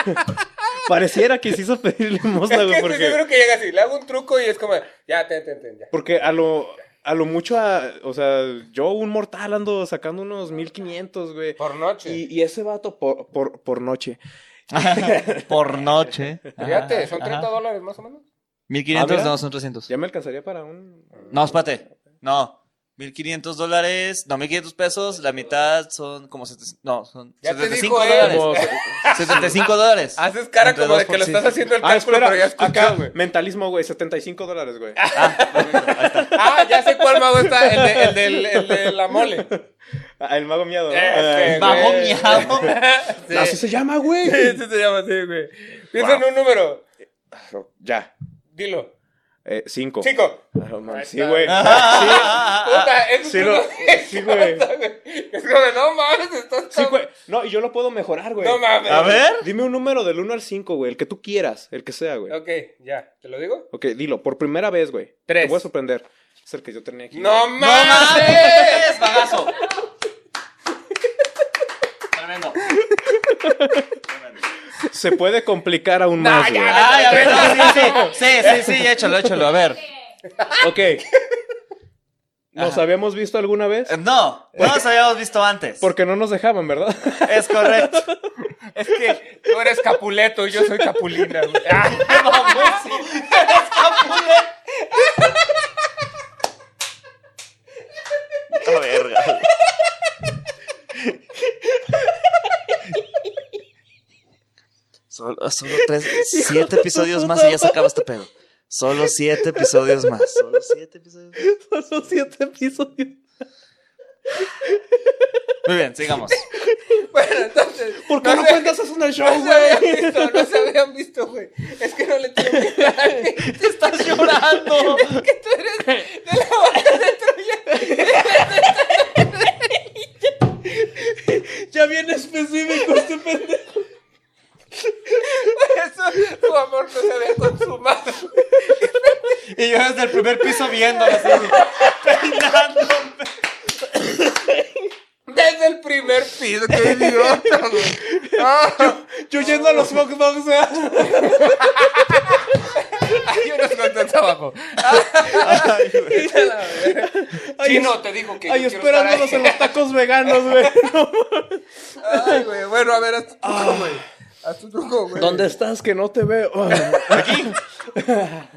C: pareciera que se hizo pedir limosna,
D: Es que
C: güey.
D: estoy
C: Porque,
D: seguro que llega así, le hago un truco y es como, ya, ten, ten, ten, ya.
C: porque a lo. A lo mucho, a- o sea, yo un mortal ando sacando unos 1500, güey.
D: Por noche.
C: Y, y ese vato por, por, por noche.
B: Por noche. Ajá,
D: Fíjate, son
B: ajá.
D: 30 dólares más o menos.
B: 1500,
C: Ah, mira.
B: no, son 300.
C: Ya me alcanzaría para un...
B: No, espérate. No. 1500 dólares, no, 1500 pesos, la mitad son como 7, no, son
D: Ya te
B: 75
D: dijo ¿eh? él.
B: dólares.
C: Como-
B: 75 dólares.
D: Haces cara
B: Entre
D: como
B: dos
D: de que
B: por
D: lo
B: sí.
D: estás haciendo el
C: Ah,
D: cálculo,
C: espera,
D: pero ya escuchó,
C: acá,
D: güey.
C: mentalismo, güey, 75 dólares, güey.
D: Ah, ya sé cuál mago está, el de, el del- el de la mole.
C: Ah, el mago miado, ¿no?
D: Ese,
C: Ah,
D: güey.
B: Mago miado.
D: Sí.
C: Así se llama, güey.
D: Ese se llama así, güey. Piensa en un número.
C: Ya,
D: Dilo.
C: eh, cinco.
D: Chico.
C: Ah, no mames, sí,
D: Ahí está.
C: güey. Ah,
D: Puta, es
C: Sí, lo- sí, güey.
D: Es como, de, no mames, estás
C: Sí,
D: tan-
C: güey. No, y yo lo puedo mejorar, güey.
D: No mames.
B: A ver.
C: Dime un número del 1 al 5, güey, el que tú quieras, el que sea, güey.
D: Ok, ya, ¿te lo digo?
C: Ok, dilo, por primera vez, güey.
D: Tres.
C: Te voy a sorprender. Es el que yo tenía aquí.
D: ¡No
B: ¡No mames!
D: mames!
B: ¡Bagazo! Tremendo.
C: Se puede complicar aún
D: No,
C: más,
D: ya,
C: güey.
B: Ay, a ver, no, sí, sí, sí, sí, sí, sí, échalo, échalo, a ver.
C: Ok. ¿Nos
B: Ajá.
C: habíamos visto alguna vez?
B: Eh, No, no los habíamos visto antes.
C: Porque no nos dejaban, ¿verdad?
B: Es correcto.
D: Es que tú eres Capuleto y yo soy Capulina, güey. Ah,
B: Vamos, eres Capuleto. Solo, solo tres, siete episodios más y ya se acaba este pedo. Solo siete episodios más. Solo siete episodios más.
C: Son siete episodios.
B: Muy bien, sigamos.
D: bueno, entonces.
C: ¿Por qué no,
D: se-
C: cuentas eso en el show,
D: No se habían
C: güey?
D: visto, no se habían visto, güey. Es que no le tengo que dar.
B: Te estás llorando.
D: que tú eres de la banda de Troya.
C: Ya bien específico este pendejo.
D: Por eso tu amor no se había consumado.
B: Y yo desde el primer piso viéndolo así, peinándome.
D: Desde el primer piso, qué idiota, güey. Ah,
C: Yo yendo a los Fox Dogs, ¿eh?
D: hay unos cuantos abajo. Vete a la verga. Chino, te dijo que.
C: Ay,
D: yo quiero estar
C: esperándonos
D: ahí.
C: en los tacos veganos, güey.
D: Ay, güey. Bueno, a ver, haz tu truco, güey. Haz tu truco, güey.
C: ¿Dónde estás que no te veo? Ah,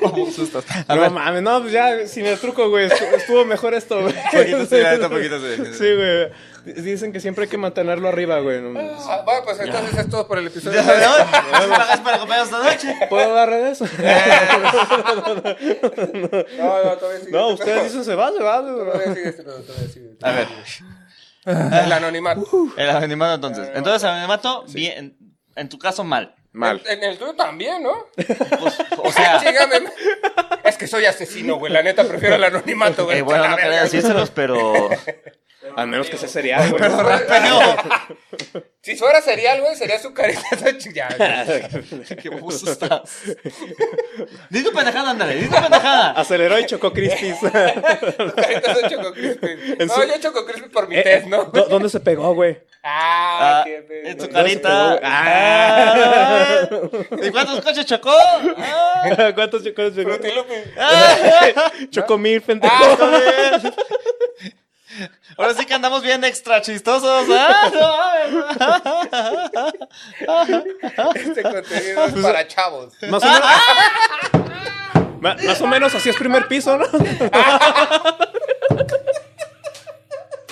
B: ¿Cómo asustas? A
C: no
B: ver,
C: mames, no, pues ya, sin el truco, güey, estu- estuvo mejor esto, güey.
B: Poquito sí, la neta, poquito sí.
C: Sí, güey. D- Dicen que siempre hay que mantenerlo arriba, güey. No-
D: Ah, bueno, pues entonces es todo por el episodio.
B: ¿no?
D: de hoy.
B: ¿Nos pagas para acompañarnos esta noche?
C: ¿Puedo dar redes?
D: No, no, todavía sigue.
C: No,
D: este
C: ustedes
D: pedo.
C: dicen se va, se va, güey.
D: Todavía sigue este pedo, todavía sigue. Ah,
B: A ver, uh.
D: El anonimato.
B: el anonimato entonces. Entonces, el anonimato, bien, en tu caso, mal.
C: Mal.
D: En, en el tuyo también, ¿no?
B: Pues, o sea,
D: Chígame. Es que soy asesino, güey. La neta prefiero el anonimato, güey.
B: eh, bueno,
D: La
B: no
D: verga.
B: quería decírselos, pero...
C: Al menos que sea serial, güey.
B: Pero,
D: Si fuera serial, güey, sería su carita esa chingada.
B: qué abuso estás. Di tu pendejada, ándale, di tu pendejada.
C: Aceleró y chocó Christie's.
D: Su carita esa Choco Crispy.
C: En
D: No,
C: su-
D: yo Choco Crispy por mi
C: Eh,
D: test, ¿no?
C: ¿dó- ¿Dónde se pegó, güey?
B: Ah,
D: Ah, qué pedo.
B: en tu
C: no se pegó.
B: carita. Ah, ¿Y cuántos coches chocó? Ah,
C: ¿Cuántos chocos llegó?
D: Fruity Loops.
B: ah.
C: Chocó mil, pendejo.
D: Ah,
B: Ahora sí que andamos bien extra chistosos. Ah, no mames.
D: este contenido es para chavos.
C: Más o menos. Ma- Más o menos así es primer piso, ¿no?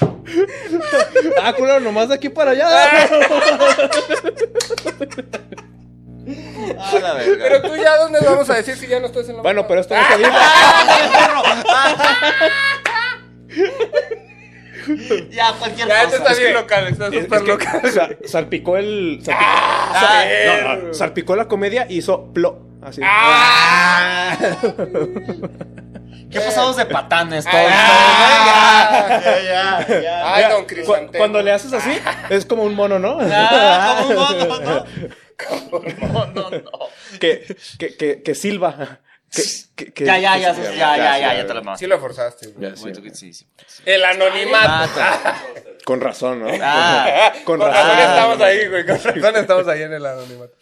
C: ah, culo, nomás de aquí para allá.
B: Ah, la verga.
D: Pero tú ya, ¿dónde vamos a decir si ya no estás en la
C: bueno, pero
D: mamada?
C: esto no se dijo.
B: Ya, cualquier
D: Ya, esto
B: cosa.
D: está bien local, está
C: Es- es
D: súper
C: que
D: local.
C: sa- salpicó el. salpicó- sa- no, no, salpicó la comedia y hizo plo. Así.
B: Ah. ¿Qué pasados de patanes todos?
D: Ah.
B: Ya, ya, ya.
D: Ay, don
C: Cu-
D: Crisantemo.
C: cuando le haces así, es como un mono, ¿no?
B: Ah, como un mono, ¿no? Como un mono, no.
C: que, que, que, que silba. Que, que- que-
B: Ya, ya, ya,
C: que-
B: ya, ya, ya, ya, ya te lo
D: Sí
B: mamaste.
D: lo forzaste, güey.
C: Ya, sí.
B: Sí, Ah, sí.
D: El anonimato.
C: Con razón, ¿no?
B: Ah,
C: Con
D: Con razón
C: razón.
D: estamos ahí, güey. Con razón estamos ahí en el anonimato.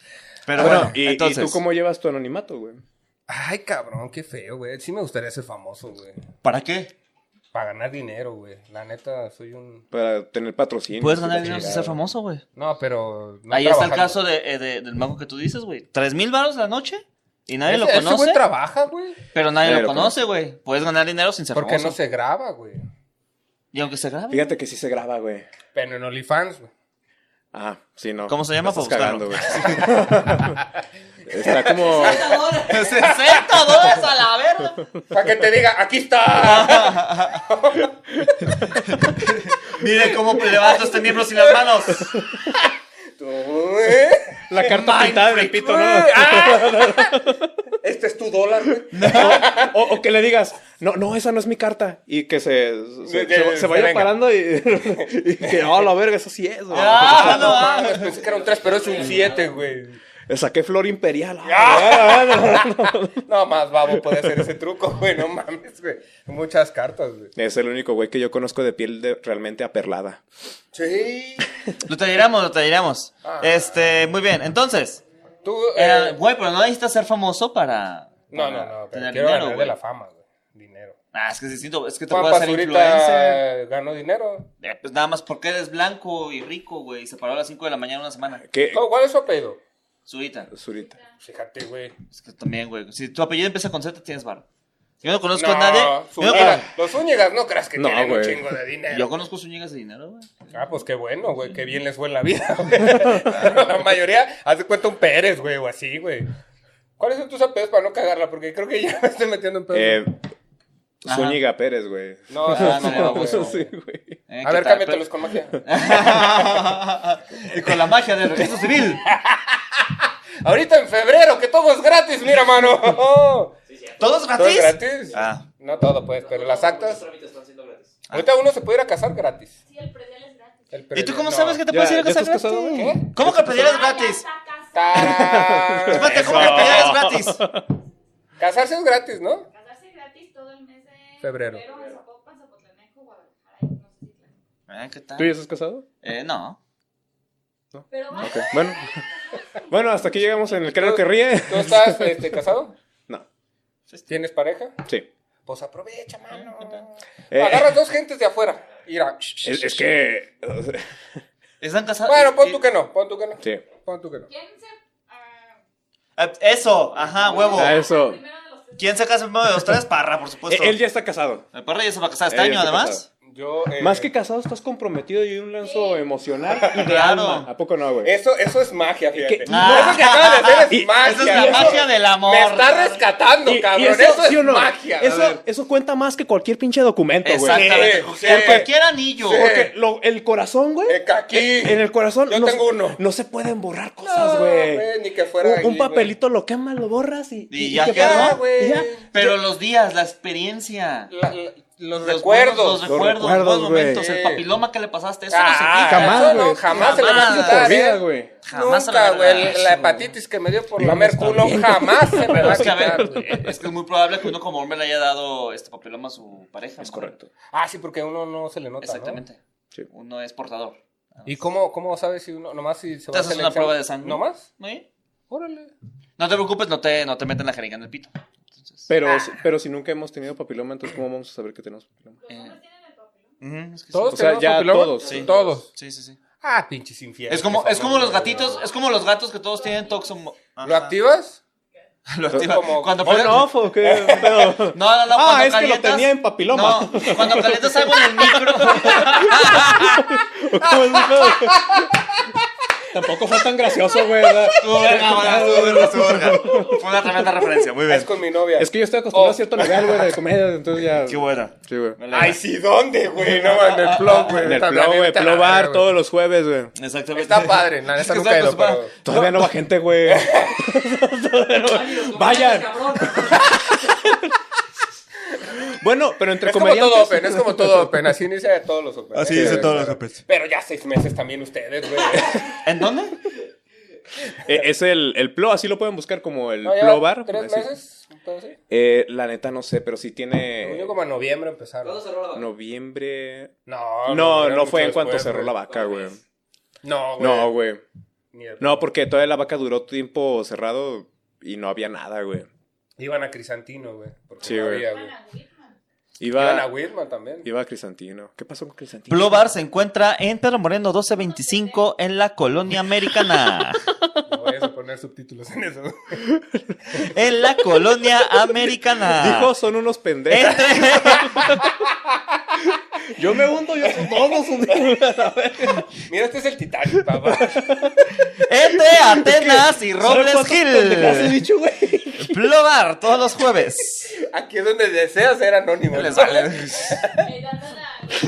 B: pero
C: Bueno,
B: bueno,
C: y, y
B: entonces,
C: tú cómo llevas tu anonimato, güey?
D: Ay, cabrón, qué feo, güey. Sí me gustaría ser famoso, güey.
B: ¿para qué?
D: Para ganar dinero, güey. La neta, soy un...
C: Para tener patrocinio.
B: Puedes ganar dinero
C: Sí,
B: sin ser
C: claro.
B: famoso, güey.
D: No, pero... no
B: Ahí está el
D: trabajando.
B: caso de, eh, de- del mago que tú dices, güey. Tres mil baros la noche y nadie lo
D: Ese- ese
B: conoce.
D: güey trabaja, güey.
B: Pero nadie
C: Nadie
B: lo
C: lo
B: conoce, güey. Puedes ganar dinero sin ser
D: Porque
B: famoso.
D: no se graba, güey.
B: Y aunque se grabe.
C: Fíjate que sí se graba, güey.
D: Pero en OnlyFans, güey.
C: Ah, sí, no.
B: ¿Cómo se llama?
C: Estás
B: Para
C: cagando,
B: buscarlo.
C: güey. Está como...
B: ¡60 dólares a la verga!
D: Para que te diga, aquí
B: Ah.
D: está.
B: Mire cómo levanto este miembro sin las manos.
D: Tú, güey.
C: La carta
B: Mind
C: pintada en el
B: freak,
C: pito, ¿no?
D: Este es tu dólar, güey.
C: O, o que le digas, no, no, esa no es mi carta. Y que se, se,
D: Que
C: se-
D: se
C: se vaya
D: venga.
C: parando y, y que, oh, la verga, eso sí es. güey".
B: Ah, no,
D: No
B: ah.
D: mames, pensé que era un 3, pero es un 7, güey.
C: Saqué flor imperial. ah,
D: No más babo puede hacer ese truco, güey. No mames, güey. Muchas cartas, güey.
C: Es el único güey que yo conozco de piel de- realmente aperlada.
D: Sí.
B: Lo traeremos, lo traeremos.
D: Ah.
B: Este, muy bien. Entonces,
D: Tú,
B: eh,
D: eh,
B: güey, pero no necesitas ser famoso para.
D: no, no,
B: para
D: no. Pero
B: tener
D: quiero
B: dinero,
D: ganar de
B: güey.
D: la fama, güey. Dinero.
B: Ah, es que es distinto. Es que te
D: Juan
B: puedes hacer influencer.
D: Pazurita ganó dinero.
B: Eh, pues nada más porque eres blanco y rico, güey. Y se paró a las 5 de la mañana una semana.
C: ¿Qué?
D: Oh, ¿Cuál es su apellido?
B: Zurita.
C: Zurita.
D: Fíjate, güey.
B: Es que también, güey. Si tu apellido empieza con Z, tienes varo. Yo no conozco a
D: No,
B: nadie. Yo, no
D: Zúñiga. Los Zúñigas no creas que
C: No,
D: tienen un
C: güey.
D: chingo de dinero.
B: conozco- yo conozco suñigas de dinero, güey.
D: Ah, pues qué bueno, güey, qué bien les fue en la vida, güey. La mayoría hace cuenta un Pérez, güey, o así, güey. ¿Cuáles son tus apellidos para no cagarla? Porque creo que ya me estoy metiendo en pedo.
C: Eh,
B: Ajá.
C: Zúñiga Pérez, güey.
D: no,
B: Ah, no,
D: no,
B: güey.
D: güey.
C: Sí, güey.
B: Eh,
D: A
B: ¿qué tal?
D: ver, cámbiatelos con magia.
B: y con la magia del registro civil.
D: Ahorita en febrero, que todo es gratis, mira, mano.
B: ¿Todos
D: Todo
B: gratis?
D: es gratis.
B: Ah.
D: No todo, pues, pero las
E: Los
D: actas. Ah.
E: trámites están siendo gratis.
D: Ahorita uno se puede ir a casar gratis.
K: Sí, el predial es gratis.
D: El
B: ¿Y tú
D: predial-
B: cómo
D: no.
B: sabes que te
C: Ya,
B: puedes ir a
C: ¿ya
B: casar
C: estás
B: gratis?
C: casado, güey?
D: ¿Qué?
B: ¿Cómo que el pedías
K: Ah, ya
B: gratis?
K: está casado.
B: Espérate,
D: ¡Tarán!
B: ¿cómo que el pedías gratis?
D: Casarse es gratis, ¿no?
K: Casarse gratis todo el mes de
D: Febrero.
K: en Zapopan, Zapotlanejo, Guadalajara y no sé si
B: Ah, ¿Qué
C: ¿Tú ya
B: tal?
C: estás casado?
B: Eh, no.
K: Pero bueno,
C: Ok, Bueno, bueno, hasta aquí llegamos en el creo que ríe.
D: ¿Tú estás este, casado?
C: No.
D: ¿Tienes pareja?
C: Sí.
D: Pues aprovecha, mano.
C: Eh,
D: Agarras dos gentes de afuera. Mira.
C: es, es que.
B: Están casados.
D: Bueno, pon tú que no, pon tú que no.
C: Sí.
D: Pon tú que no.
K: ¿quién se... ah,
B: Ah, Eso, ajá, huevo.
C: Ah, eso.
K: primero de los tres?
B: ¿Quién se casa primero de los tres? Parra, por supuesto.
C: Él ya está casado.
B: El Parra ya se va a casar este
C: Él ya
B: año,
C: está
B: además.
D: Yo, eh,
C: Más que casado, estás comprometido y un lanzo emocional y de
B: Claro.
C: alma. ¿A poco no, güey?
D: Eso, eso es magia, fíjate.
C: ¿Qué?
B: Ah.
D: Eso que acabas de hacer es
C: Y-
D: magia.
B: Esa es la
D: Eso
B: magia del amor.
D: Me está rescatando,
C: Y- y
D: cabrón. Eso,
C: ¿sí o
D: es
C: no?
D: magia. A
C: Eso,
D: ver.
C: eso cuenta más que cualquier pinche documento, güey.
B: Exactamente.
D: Sí,
B: Por
D: sí.
B: cualquier anillo.
D: Sí.
C: Porque lo- el corazón, güey.
D: Eh, aquí.
C: En el corazón.
D: Yo
C: no,
D: tengo uno.
C: No se pueden borrar cosas,
D: No,
C: güey.
D: güey, ni que fuera
C: un,
D: ahí,
C: un
D: güey.
C: papelito lo quemas, lo borras y.
B: Y ya
C: te
B: quedó,
C: borras,
D: güey.
C: y ya.
B: Pero los días, la experiencia.
D: La- la- los,
B: Los
D: recuerdos.
B: buenos- Los recuerdos, los buenos
C: recuerdos, güey.
B: momentos. El
D: Sí.
B: papiloma que le pasaste, eso no se
D: Ah,
B: quita.
C: Jamás,
D: eso no,
C: güey.
D: jamás se le va a
B: Jamás.
D: quitar,
C: Por vida,
D: ¿eh?
C: güey.
B: Jamás se la
D: Nunca,
B: verdad.
D: güey. La hepatitis que me dio por lamer culo jamás se me va a
B: Es que, a
D: quitar.
B: ver,
D: güey.
B: es que es muy probable que uno como hombre le haya dado este papiloma a su pareja.
C: Es
B: ¿no?
C: correcto.
D: Ah, sí, porque uno no se le nota, ¿no?
B: Exactamente.
C: Sí.
B: Uno es portador.
D: ¿Y cómo, cómo sabes si uno, nomás si se va
B: Te
D: a
B: haces
D: hacer el
B: una
D: examen?
B: prueba de sangre.
D: ¿Nomás?
B: ¿Sí?
D: Órale.
B: No te preocupes, no te, no te meten la jeringa en el pito. Entonces,
C: Pero,
D: Ah.
C: si- pero si nunca hemos tenido papiloma, entonces, ¿cómo vamos a saber que tenemos papiloma?
K: Los hombres tienen el papel.
B: ujú, es que sí.
D: ¿Todos
C: O sea,
D: tenemos
C: ya
D: papiloma?
C: todos.
B: Sí.
D: Todos.
B: Sí, sí, sí.
D: Ah, pinches infieles.
B: Es como,
D: que
B: es como
D: somos,
B: los
D: güey.
B: gatitos, es como los gatos que todos tienen toxomo.
D: ¿Lo
B: Ajá.
D: activas?
B: Lo activa.
D: Como-
B: Cuando
C: ¿On
B: pones-
C: off o qué pedo?
B: No, no, no.
C: Ah,
B: cuando
C: es que lo
B: calientas-
C: tenía en papiloma.
B: No, cuando calientas algo en el micro.
C: ¿Cómo es mi pedo? Tampoco fue tan gracioso, güey. ¿verdad?
B: Estuvo verga, bueno, estuvo verga, estuvo verga. Fue una tremenda referencia, muy
D: Es
B: bien.
D: con mi novia.
C: Es que yo estoy acostumbrado
D: Oh.
C: a cierto nivel, güey, de comedia, entonces ya.
B: Qué buena.
C: Sí, güey.
B: Me alegra.
D: Ay, sí, ¿dónde, güey? No, en el blog, güey.
C: En el
D: Está
C: Plo, güey,
D: bien,
C: Plo
D: está
C: Bar
D: bien,
C: todos los jueves, güey.
B: Exactamente.
D: Ah, Está padre, la
B: Es que
D: neta nunca
B: estoy
D: he ido,
B: acostumbrado.
D: pero...
C: Todavía no va gente, güey. Vayan. Bueno, pero entre
D: Es como
C: comediantes.
D: todo open, es como todo open. Así inicia de todos los open.
C: Así dice todos los
B: open.
D: Pero ya seis meses también ustedes, güey.
B: ¿En dónde?
C: Eh, es el, el Plo, así lo pueden buscar como el
D: No, ya
C: Plo Bar.
D: ¿Tres
C: así.
D: meses? Entonces,
C: Eh, la neta no sé, pero sí tiene.
D: yo como en noviembre empezaron.
E: ¿Cuándo cerró la vaca?
C: Noviembre.
D: No,
C: Ah, No,
D: era
C: no
D: mucho
C: fue en
D: después,
C: cuanto cerró
D: güey.
C: la vaca, güey.
D: No, güey.
C: No, güey.
D: Ni de-
C: No, porque todavía la vaca duró tiempo cerrado y no había nada, güey.
D: Iban a Crisantino, güey. porque
C: Sí,
D: no
C: güey.
D: había,
B: Ah.
K: Ana Whitman.
D: Iban a
C: Iba,
D: Whitman también.
C: iba a Crisantino. ¿Qué pasó con Crisantino?
B: Blue Bar se encuentra en Pedro Moreno 1225 en la colonia americana.
D: No vayas a poner subtítulos en eso.
B: En la colonia americana.
C: Dijo, son unos pendejos.
B: Entre- Eh.
C: Yo me hundo, yo todos hundidos.
D: Mira, este es el Titanic, papá.
B: Entre Atenas y
C: ¿Sabes
B: Robles
C: cuántas pendejadas he
B: Hill.
C: dicho, güey?
B: Plobar todos los jueves.
D: Aquí es donde deseas ser anónimo.
B: Les
D: ¿no?
B: vale.
K: Eh, dando la-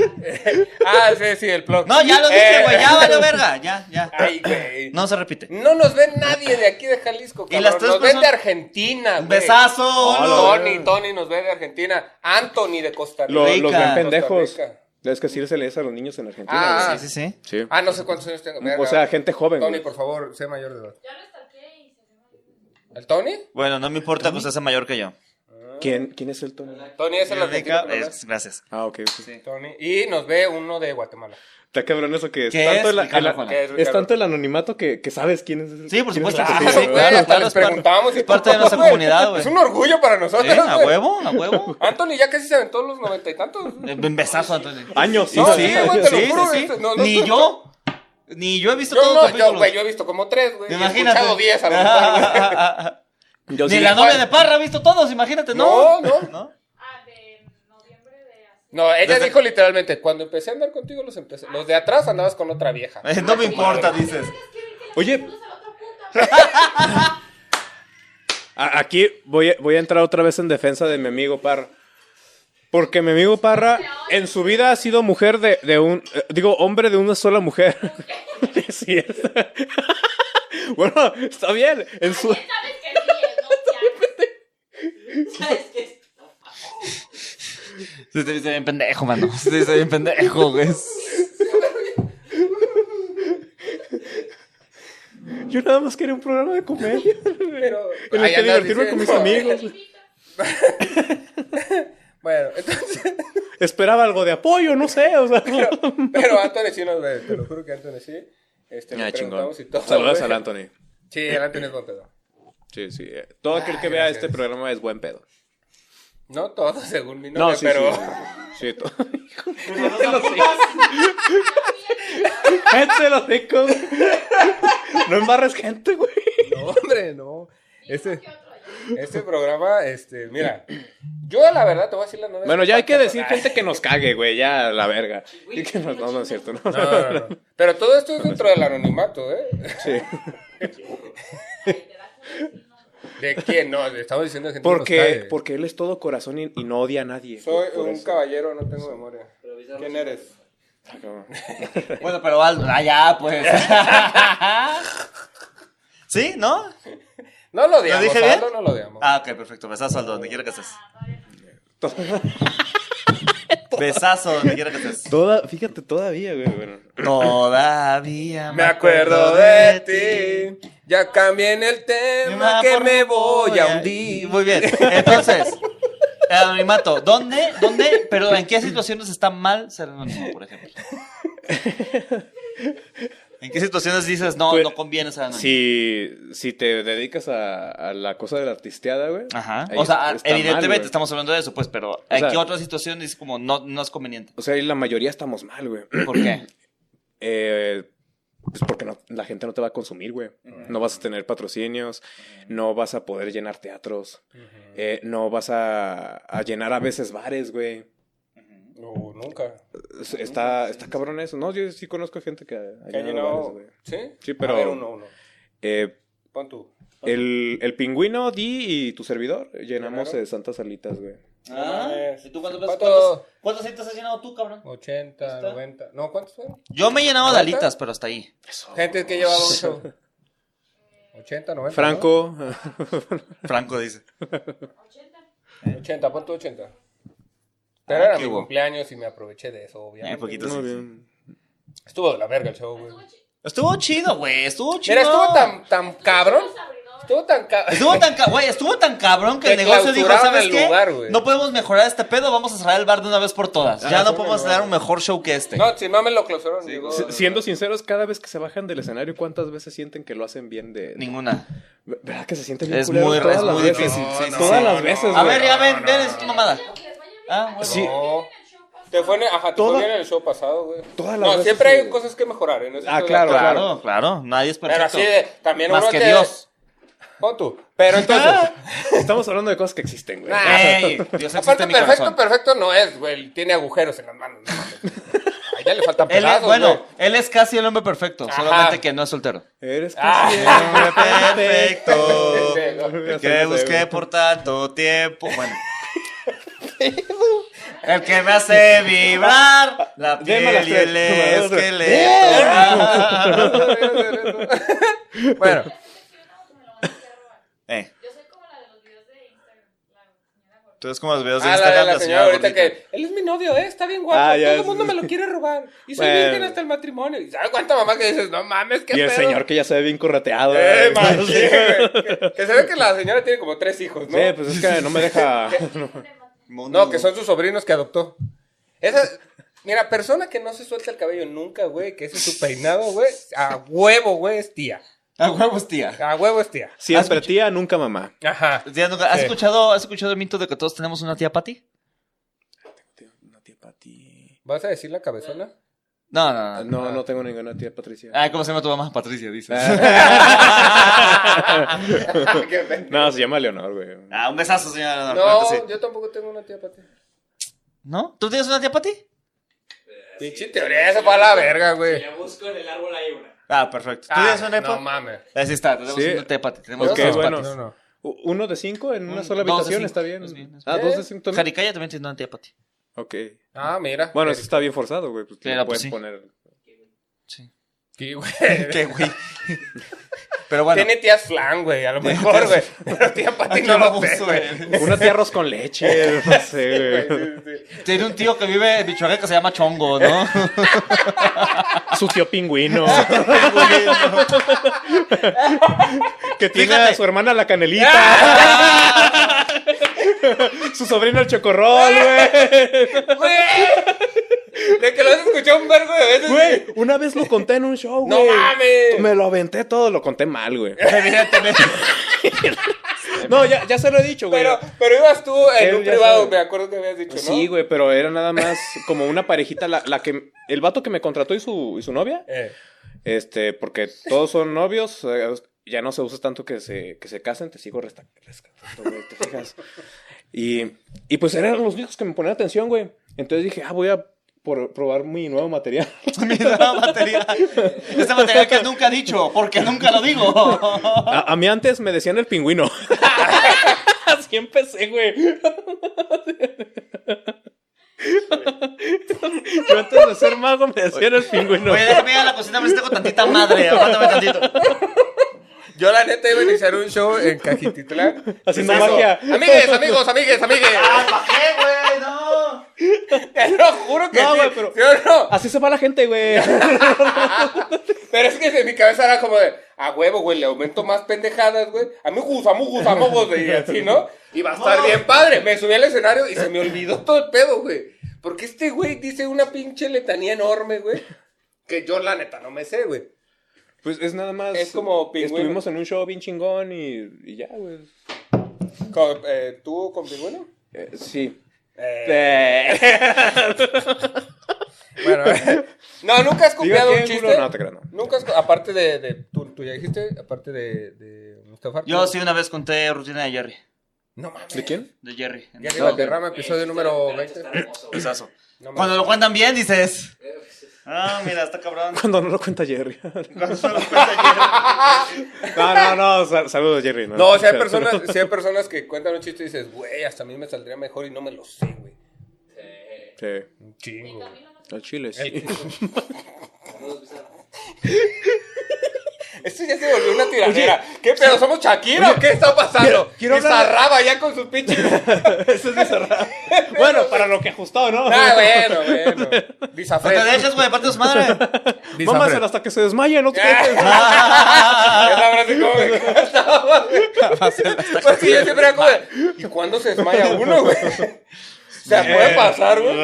D: Ah, sí, sí, el plot.
B: No, ya lo
D: Eh.
B: dije, güey. Ya valió verga. Ya, ya.
D: Ay, güey. No.
B: No se repite.
D: nos ve nadie de aquí de Jalisco,
B: Y
D: cabrón.
B: las tres
D: nos ven de
B: personas-
D: Argentina,
B: Un
D: güey.
B: besazo.
C: Hola.
B: Olo.
D: Tony, Tony nos ve de Argentina. Anthony de Costa Rica.
C: Lo- los ven
B: Rica.
C: pendejos.
D: Costa Rica.
C: Es que sí se le es a los niños en Argentina.
D: Ah,
C: güey.
B: Sí, sí, sí.
C: Sí.
D: Ah, no sé cuántos años tengo. Verga.
C: O sea, gente joven.
D: Tony,
C: güey.
D: por favor, sé mayor de edad.
K: Ya lo stalkeé y se me va.
D: ¿El Tony?
B: Bueno, no me importa que usted sea mayor que yo.
C: ¿Quién, ¿Quién es el Tony?
D: Tony es el argentino. ¿verdad?
B: Es- gracias.
C: Ah, ok. ok.
D: Tony. Y nos ve uno de Guatemala.
C: Está cabrón eso que es.
B: ¿Qué
C: tanto
B: es,
C: el-
B: Ricardo
C: el-
B: Juana?
D: Que es
C: es
D: Ricardo.
C: tanto el anonimato que, que sabes quién es.
B: Sí, por
C: quién es
B: supuesto.
C: el
B: Ah,
D: Sí,
C: argentino,
B: sí,
D: güey,
C: ¿verdad?
B: claro,
D: hasta
B: claro,
D: les
B: es parte-
D: preguntamos. y
B: es parte de
D: todo,
B: nuestra
D: güey.
B: comunidad, güey.
D: Es un orgullo para nosotros.
B: Eh, a
D: güey.
B: huevo, a huevo.
D: Anthony ya casi se aventó los noventa y tantos.
B: Eh, Un besazo, Antonio.
C: Años.
D: No, sí, güey, te lo
B: sí,
D: juro,
B: sí,
D: este,
B: sí.
D: no, no.
B: Ni yo. Ni yo he visto
D: Yo
B: todo
D: no,
B: el capítulo.
D: yo, güey, yo he visto como tres, güey. y He
B: Imagínate.
D: escuchado diez a lo mejor, güey.
C: Yo
B: Ni
C: sí.
B: la novia de Parra ha visto todos, imagínate, ¿no?
D: No, no.
K: Ah, de noviembre de hace-
D: No, ella
B: Desde-
D: dijo literalmente, cuando empecé a andar contigo, los empecé. Los de atrás andabas con otra vieja.
B: Eh, No me importa, dices.
K: Tienes que ir que le
C: Oye.
K: saludas a la otra puta.
C: A- Aquí voy a, voy a entrar otra vez en defensa de mi amigo Parra. Porque mi amigo Parra en su vida ha sido mujer de, de un... eh, digo, hombre de una sola mujer. Sí, es. bueno, está bien. En su...
K: Sabes que sí es, no Ya.
E: ¿Sabes qué es?
B: Se te dice bien pendejo, mano. Se te dice bien pendejo, güey.
C: Yo nada más quería un programa de comedia.
D: Pero.
C: En el
D: Ay,
C: que
D: andas
C: divertirme con mis
D: diciendo-
C: amigos.
D: Bueno, entonces.
C: Esperaba algo de apoyo, no sé. O sea,
D: Pero Anthony sí nos ve, te lo juro que Anthony sí. Este, le
C: Ah, chingón.
D: preguntamos y todo,
C: Saludos
D: güey.
C: al Anthony.
D: Sí, el Anthony es buen pedo.
C: Sí, sí. eh, Todo aquel que
D: Ay,
C: vea
D: gracias.
C: este programa es buen pedo.
D: No todo, según mi
C: No,
D: novia,
C: sí,
D: pero...
C: sí. Sí, todo.
K: Yo
C: Gente, los ricos. No embarres gente, güey.
D: No, hombre, no. Este,
K: también.
D: este programa, este, mira, yo la verdad te voy a decir la novia.
C: Bueno, ya hay que decir gente que nos cague, güey. Ya, la verga. Y que nos, no, no es cierto, ¿no?
D: No, no, no, no. Pero todo esto es dentro del anonimato, ¿eh?
C: Sí.
D: ¿De quién? No, le estamos diciendo gente que nos
C: Porque,
D: cague.
C: porque él es todo corazón y, y no odia a nadie.
D: Soy
C: Por- por
D: un
C: eso.
D: caballero, no tengo memoria. ¿Quién eres?
C: Ah, cabrón.
B: Bueno, pero Aldo, ah, ya, pues. ¿Sí? ¿No?
D: No lo odiamos,
B: dije bien?
D: Aldo, no lo odiamos.
B: Ah, ok, perfecto. Besazo, Aldo, donde quiera que estés. Besazo, donde quiera que estés.
C: Toda, fíjate todavía, güey. Bueno.
B: Todavía
D: Me acuerdo de ti. Ya cambié en el tema que
B: por-
D: me voy a
B: Y
D: hundir.
B: Muy bien. Entonces, el anonimato. ¿Dónde? ¿Dónde? Pero ¿en qué situaciones está mal ser anónimo, por ejemplo? ¿En qué situaciones dices no,
C: Pues,
B: no conviene ser anónimo?
C: Si, si te dedicas a, a la cosa de la artisteada, güey.
B: Ajá.
C: ahí
B: O sea,
C: está mal,
B: evidentemente
C: güey.
B: estamos hablando de eso, pues, pero
C: sea-
B: ¿en qué otra situación es como no, no es conveniente?
C: O sea, y la mayoría estamos mal, güey.
B: ¿Por qué?
C: Eh, pues porque no, la gente no te va a consumir, güey. No vas a tener patrocinios, no vas a poder llenar teatros, eh, no vas a, a llenar a veces bares, güey.
D: No, nunca.
C: Es- Está, está cabrón eso. No, yo sí conozco gente que ha, ha
D: Que
C: llenado
D: no-
C: bares, güey.
D: ¿Sí?
C: Sí, pero-
D: A ver, uno, uno.
C: Eh,
D: Pon tú.
C: el, el pingüino, Di y tu servidor llenamos
D: Llenaron.
C: eh, Santas Alitas, güey.
B: Ah,
C: Eh,
D: mames.
B: ¿y tú cuántas veces-
D: ¿Cuánto?
B: cuántas, cuántas citas has llenado tú, cabrón?
D: 80,
B: ¿Está?
D: 90. No, ¿cuántos fueron?
B: Yo me he llenado de
D: ¿Cuántas?
B: alitas, pero hasta ahí.
D: Gente que llevaba un show. 80, 90.
C: Franco,
B: Franco dice.
D: ¿no? 80, pon tú 80. Pero era
B: Ah, qué
D: mi
B: hubo.
D: cumpleaños y me aproveché de eso,
B: Eh,
D: obviamente.
B: poquito
C: muy
B: sí.
C: bien.
D: Estuvo de la verga el show, güey.
B: Estuvo chido, güey. Estuvo chido.
D: Mira, estuvo tan, tan cabrón. Estuvo tan cabrón.
B: Estuvo tan, ca- güey, estuvo tan cabrón que el
D: Te
B: negocio dijo,
D: clausuraron
B: ¿sabes
D: el
B: qué?
D: lugar, güey. Ah,
B: no podemos mejorar este pedo, vamos a cerrar el bar de una vez por todas. Ya no podemos dar un mejor show que este.
D: No, si mames lo clausuraron. digo,
C: S- Siendo sinceros, cada vez que se bajan del escenario, ¿cuántas veces sienten que lo hacen bien de...
B: Ninguna.
C: Ver- ¿Verdad que se siente bien
B: Es
C: culero
B: muy,
C: todas
B: es
C: las
B: muy
C: veces?
B: difícil. sí, sí,
C: todas
B: sí.
C: las veces,
B: A
C: güey.
B: ver, ya ven, ven, es tu mamada. Ah,
K: Ah,
B: bueno.
C: Sí.
D: No. Te fue en, ajá, te
C: Toda-
D: fue bien en el show pasado, güey.
C: Todas las
D: no,
C: veces
D: siempre
C: que-
D: hay cosas que mejorar. ¿eh? En eso
C: Ah,
D: estoy de
C: claro,
D: acuerdo.
B: Claro, claro. Nadie es
D: Pero
B: perfecto.
D: así de, también
B: Más
D: uno
B: que
D: que
B: Dios.
D: Pon tú. Pero entonces,
C: Estamos hablando de cosas que existen, güey.
B: Ah. Ey, Dios existe
D: aparte
B: en mi
D: perfecto,
B: corazón.
D: perfecto no es, güey. Tiene agujeros en las manos. no mames. A ella le faltan
B: Él es,
D: pedazos,
B: bueno, él es casi el hombre perfecto,
D: Ajá.
B: solamente que no es soltero.
C: Eres
D: Ah.
C: casi
B: Perfecto.
D: güey.
C: Ya
B: Que
C: sé,
B: busqué
C: güey.
B: por tanto tiempo. Bueno. El que me hace vibrar la
C: Deme las
B: piel y el
C: tres.
B: esqueleto.
D: bueno,
B: Eh,
K: Yo soy como la de los videos de Instagram. La señora gordita.
B: tú ves como los videos de
D: a Ah, la de
B: Instagram de
D: la
B: la
D: señora
B: señora
D: ahorita
B: gordita.
D: que él es mi novio, eh, está bien guapo,
C: Ah, ya
D: todo el
C: es-
D: mundo me
B: este.
D: lo quiere robar y soy
C: Bueno.
D: virgen hasta el matrimonio. Y sabes cuánta mamá que dices, "No mames, qué
C: Y el
D: pedo?"
C: señor que ya se ve bien correteado.
D: Eh,
C: güey.
D: machín,
C: Sí,
D: güey. que, que se ve que la señora tiene como tres hijos, ¿no?
C: pues es que no me deja...
D: No, que son sus sobrinos que adoptó. Esa, mira, persona que no se suelta el cabello nunca, güey, que ese es su peinado, güey, a huevo, güey, es tía.
B: A huevos, tía.
D: A huevo es tía.
C: Siempre tía, nunca mamá.
D: Ajá.
B: Pues, Tía, nunca- ¿Has,
D: Sí.
B: escuchado, ¿Has escuchado el mito de que todos tenemos una tía Pati?
C: Una tía para ti.
D: ¿Vas a decir la cabezona?
B: No, no, no.
C: No, no tengo ninguna tía, Patricia.
B: Ah, ¿cómo se llama tu mamá? Patricia, dices.
C: No, se llama Leonor, güey.
B: Ah, un besazo, señora.
D: No,
B: No,
D: yo tampoco tengo una tía para ti.
B: ¿No? ¿Tú tienes una tía Pati?
D: Pinche teoría, eso fue a la verga, güey.
E: Ya busco en el árbol hay una.
B: Ah, perfecto. ¿Tú
D: Ah,
B: tienes una
D: no
B: Pati?
D: mames.
B: Así está, tenemos
C: Sí.
B: una tía Pati. Tenemos
C: Ok,
B: dos
C: bueno.
B: Patis.
D: No, no.
C: U- ¿Uno de cinco en una
B: Un-
C: sola
B: dos de
C: habitación?
B: cinco.
C: ¿Está bien?
B: Es bien, es
C: Ah,
D: bien.
C: ¿dos de cinco también?
B: Jaricaya también tiene una tía Pati.
C: Ok.
D: Ah, mira.
C: Bueno,
D: es
C: eso está bien forzado, güey. Pues,
B: Claro,
C: no
B: pues
C: puedes
B: sí.
C: poner...
B: Sí.
D: Sí, güey.
B: ¿Qué, güey? Pero bueno.
D: Tiene tías flan, güey, a lo mejor, güey. Pero tía Pati
B: Aquí
D: no lo
B: vamos,
D: sé, güey.
B: güey.
C: Una tía arroz con leche, no sé, güey.
B: Tiene un tío que vive en Michoacán que se llama Chongo, ¿no?
C: Su tío pingüino. que tiene
B: Fíjate.
C: a su hermana la canelita. su sobrino el chocorrol, güey.
D: Güey. De que lo has escuchado un vergo de veces.
C: Güey, una vez lo conté en un show,
D: ¡No
C: güey.
D: mames!
C: Me lo aventé todo, lo conté mal, güey.
B: Evidentemente.
C: No, ya, ya se lo he dicho, güey.
D: Pero, pero ibas tú en
C: Él
D: un
C: ya
D: privado,
C: sabe.
D: me acuerdo que habías dicho, ¿no?
C: Sí, güey, pero era nada más como una parejita, la, la que, el vato que me contrató y su, y su novia,
D: Eh,
C: este, porque todos son novios, eh, ya no se usa tanto que se, que se casen, te sigo resta- rescatando, güey, te fijas. Y, y pues eran los únicos que me ponían atención, güey. Entonces dije, ah, voy a por- probar mi nuevo material.
B: Mi nueva material. Este material que nunca he dicho, porque nunca lo digo.
C: A, a mí antes me decían el pingüino. Así empecé, güey. Yo antes de ser mago me decían el pingüino.
B: Oye, déjame ir a la cocina, pero sí tengo tantita madre. Aguántame tantito.
D: Yo, la neta, iba a iniciar un show en Cajititlán. Pues
C: Haciendo
D: Eso.
C: magia.
D: Amigues, amigos, amigues, amigues.
B: Ah, ¿Para qué, güey? No.
D: Te lo juro que
C: No,
D: sí.
C: güey, pero-
D: ¿Sí o no?
C: Así se va la gente, güey.
D: Pero es que en mi cabeza era como de, a huevo, güey, le aumento más pendejadas, güey. Amigos, amigos, amigos, y así, ¿no? Y va a estar bien padre. Me subí al escenario y se me olvidó todo el pedo, güey. Porque este güey dice una pinche letanía enorme, güey. Que yo, la neta, no me sé, güey.
C: Pues es nada más.
D: Es como pingüino.
C: Estuvimos en un show bien chingón y, y ya, güey.
D: Con- eh, ¿Tú con pingüino?
C: Eh, sí.
D: Eh. Bueno, no, nunca has
C: Diga
D: copiado
C: quién,
D: un chiste.
C: culo. No te creas, no.
D: Nunca has, co- aparte de, de tú, tú ya dijiste, aparte de, de Mustafa.
B: Yo
D: ¿tú?
B: sí una vez conté rutina de Jerry.
D: No mames.
C: ¿De quién?
B: De Jerry.
D: Ya
B: No,
D: lleva el derrama,
B: Este,
D: episodio número
E: Está
D: 20.
E: hermoso, güey.
B: Pesazo.
D: No mames.
B: Cuando lo cuentan bien, dices.
E: Eh, pues, es-
B: Ah, mira, está cabrón.
C: Cuando no lo cuenta Jerry.
B: Cuando se lo cuenta Jerry.
C: no, no, no. sal- saludos, Jerry. No,
D: No, si hay
C: Sal-
D: personas,
C: saludos.
D: si hay personas que cuentan un chiste y dices, güey, hasta a mí me saldría mejor y no me lo sé, güey.
E: eh,
C: Sí.
D: Un chingo. güey.
C: Al chile, sí.
E: saludos, Pizarro.
D: Esto ya se volvió una tiradera. ¿Qué pedo? ¿Somos Shakira o qué está pasando?
C: Quiero- quiero hablar-
D: Bizarraba ya con sus pinches.
C: Eso es bizarrado. bueno, para lo que ajustó, ¿no?
D: Ah, bueno, bueno.
B: No
D: Bizafred.
B: te dejes, güey, parte de su madre.
C: Mámasela hasta que se desmaye, no te Ah.
D: Esa frase como me encantaba, güey. Porque yo siempre era como de, ¿y cuándo se desmaya uno, güey? O sea,
C: Eh,
D: puede pasar, güey.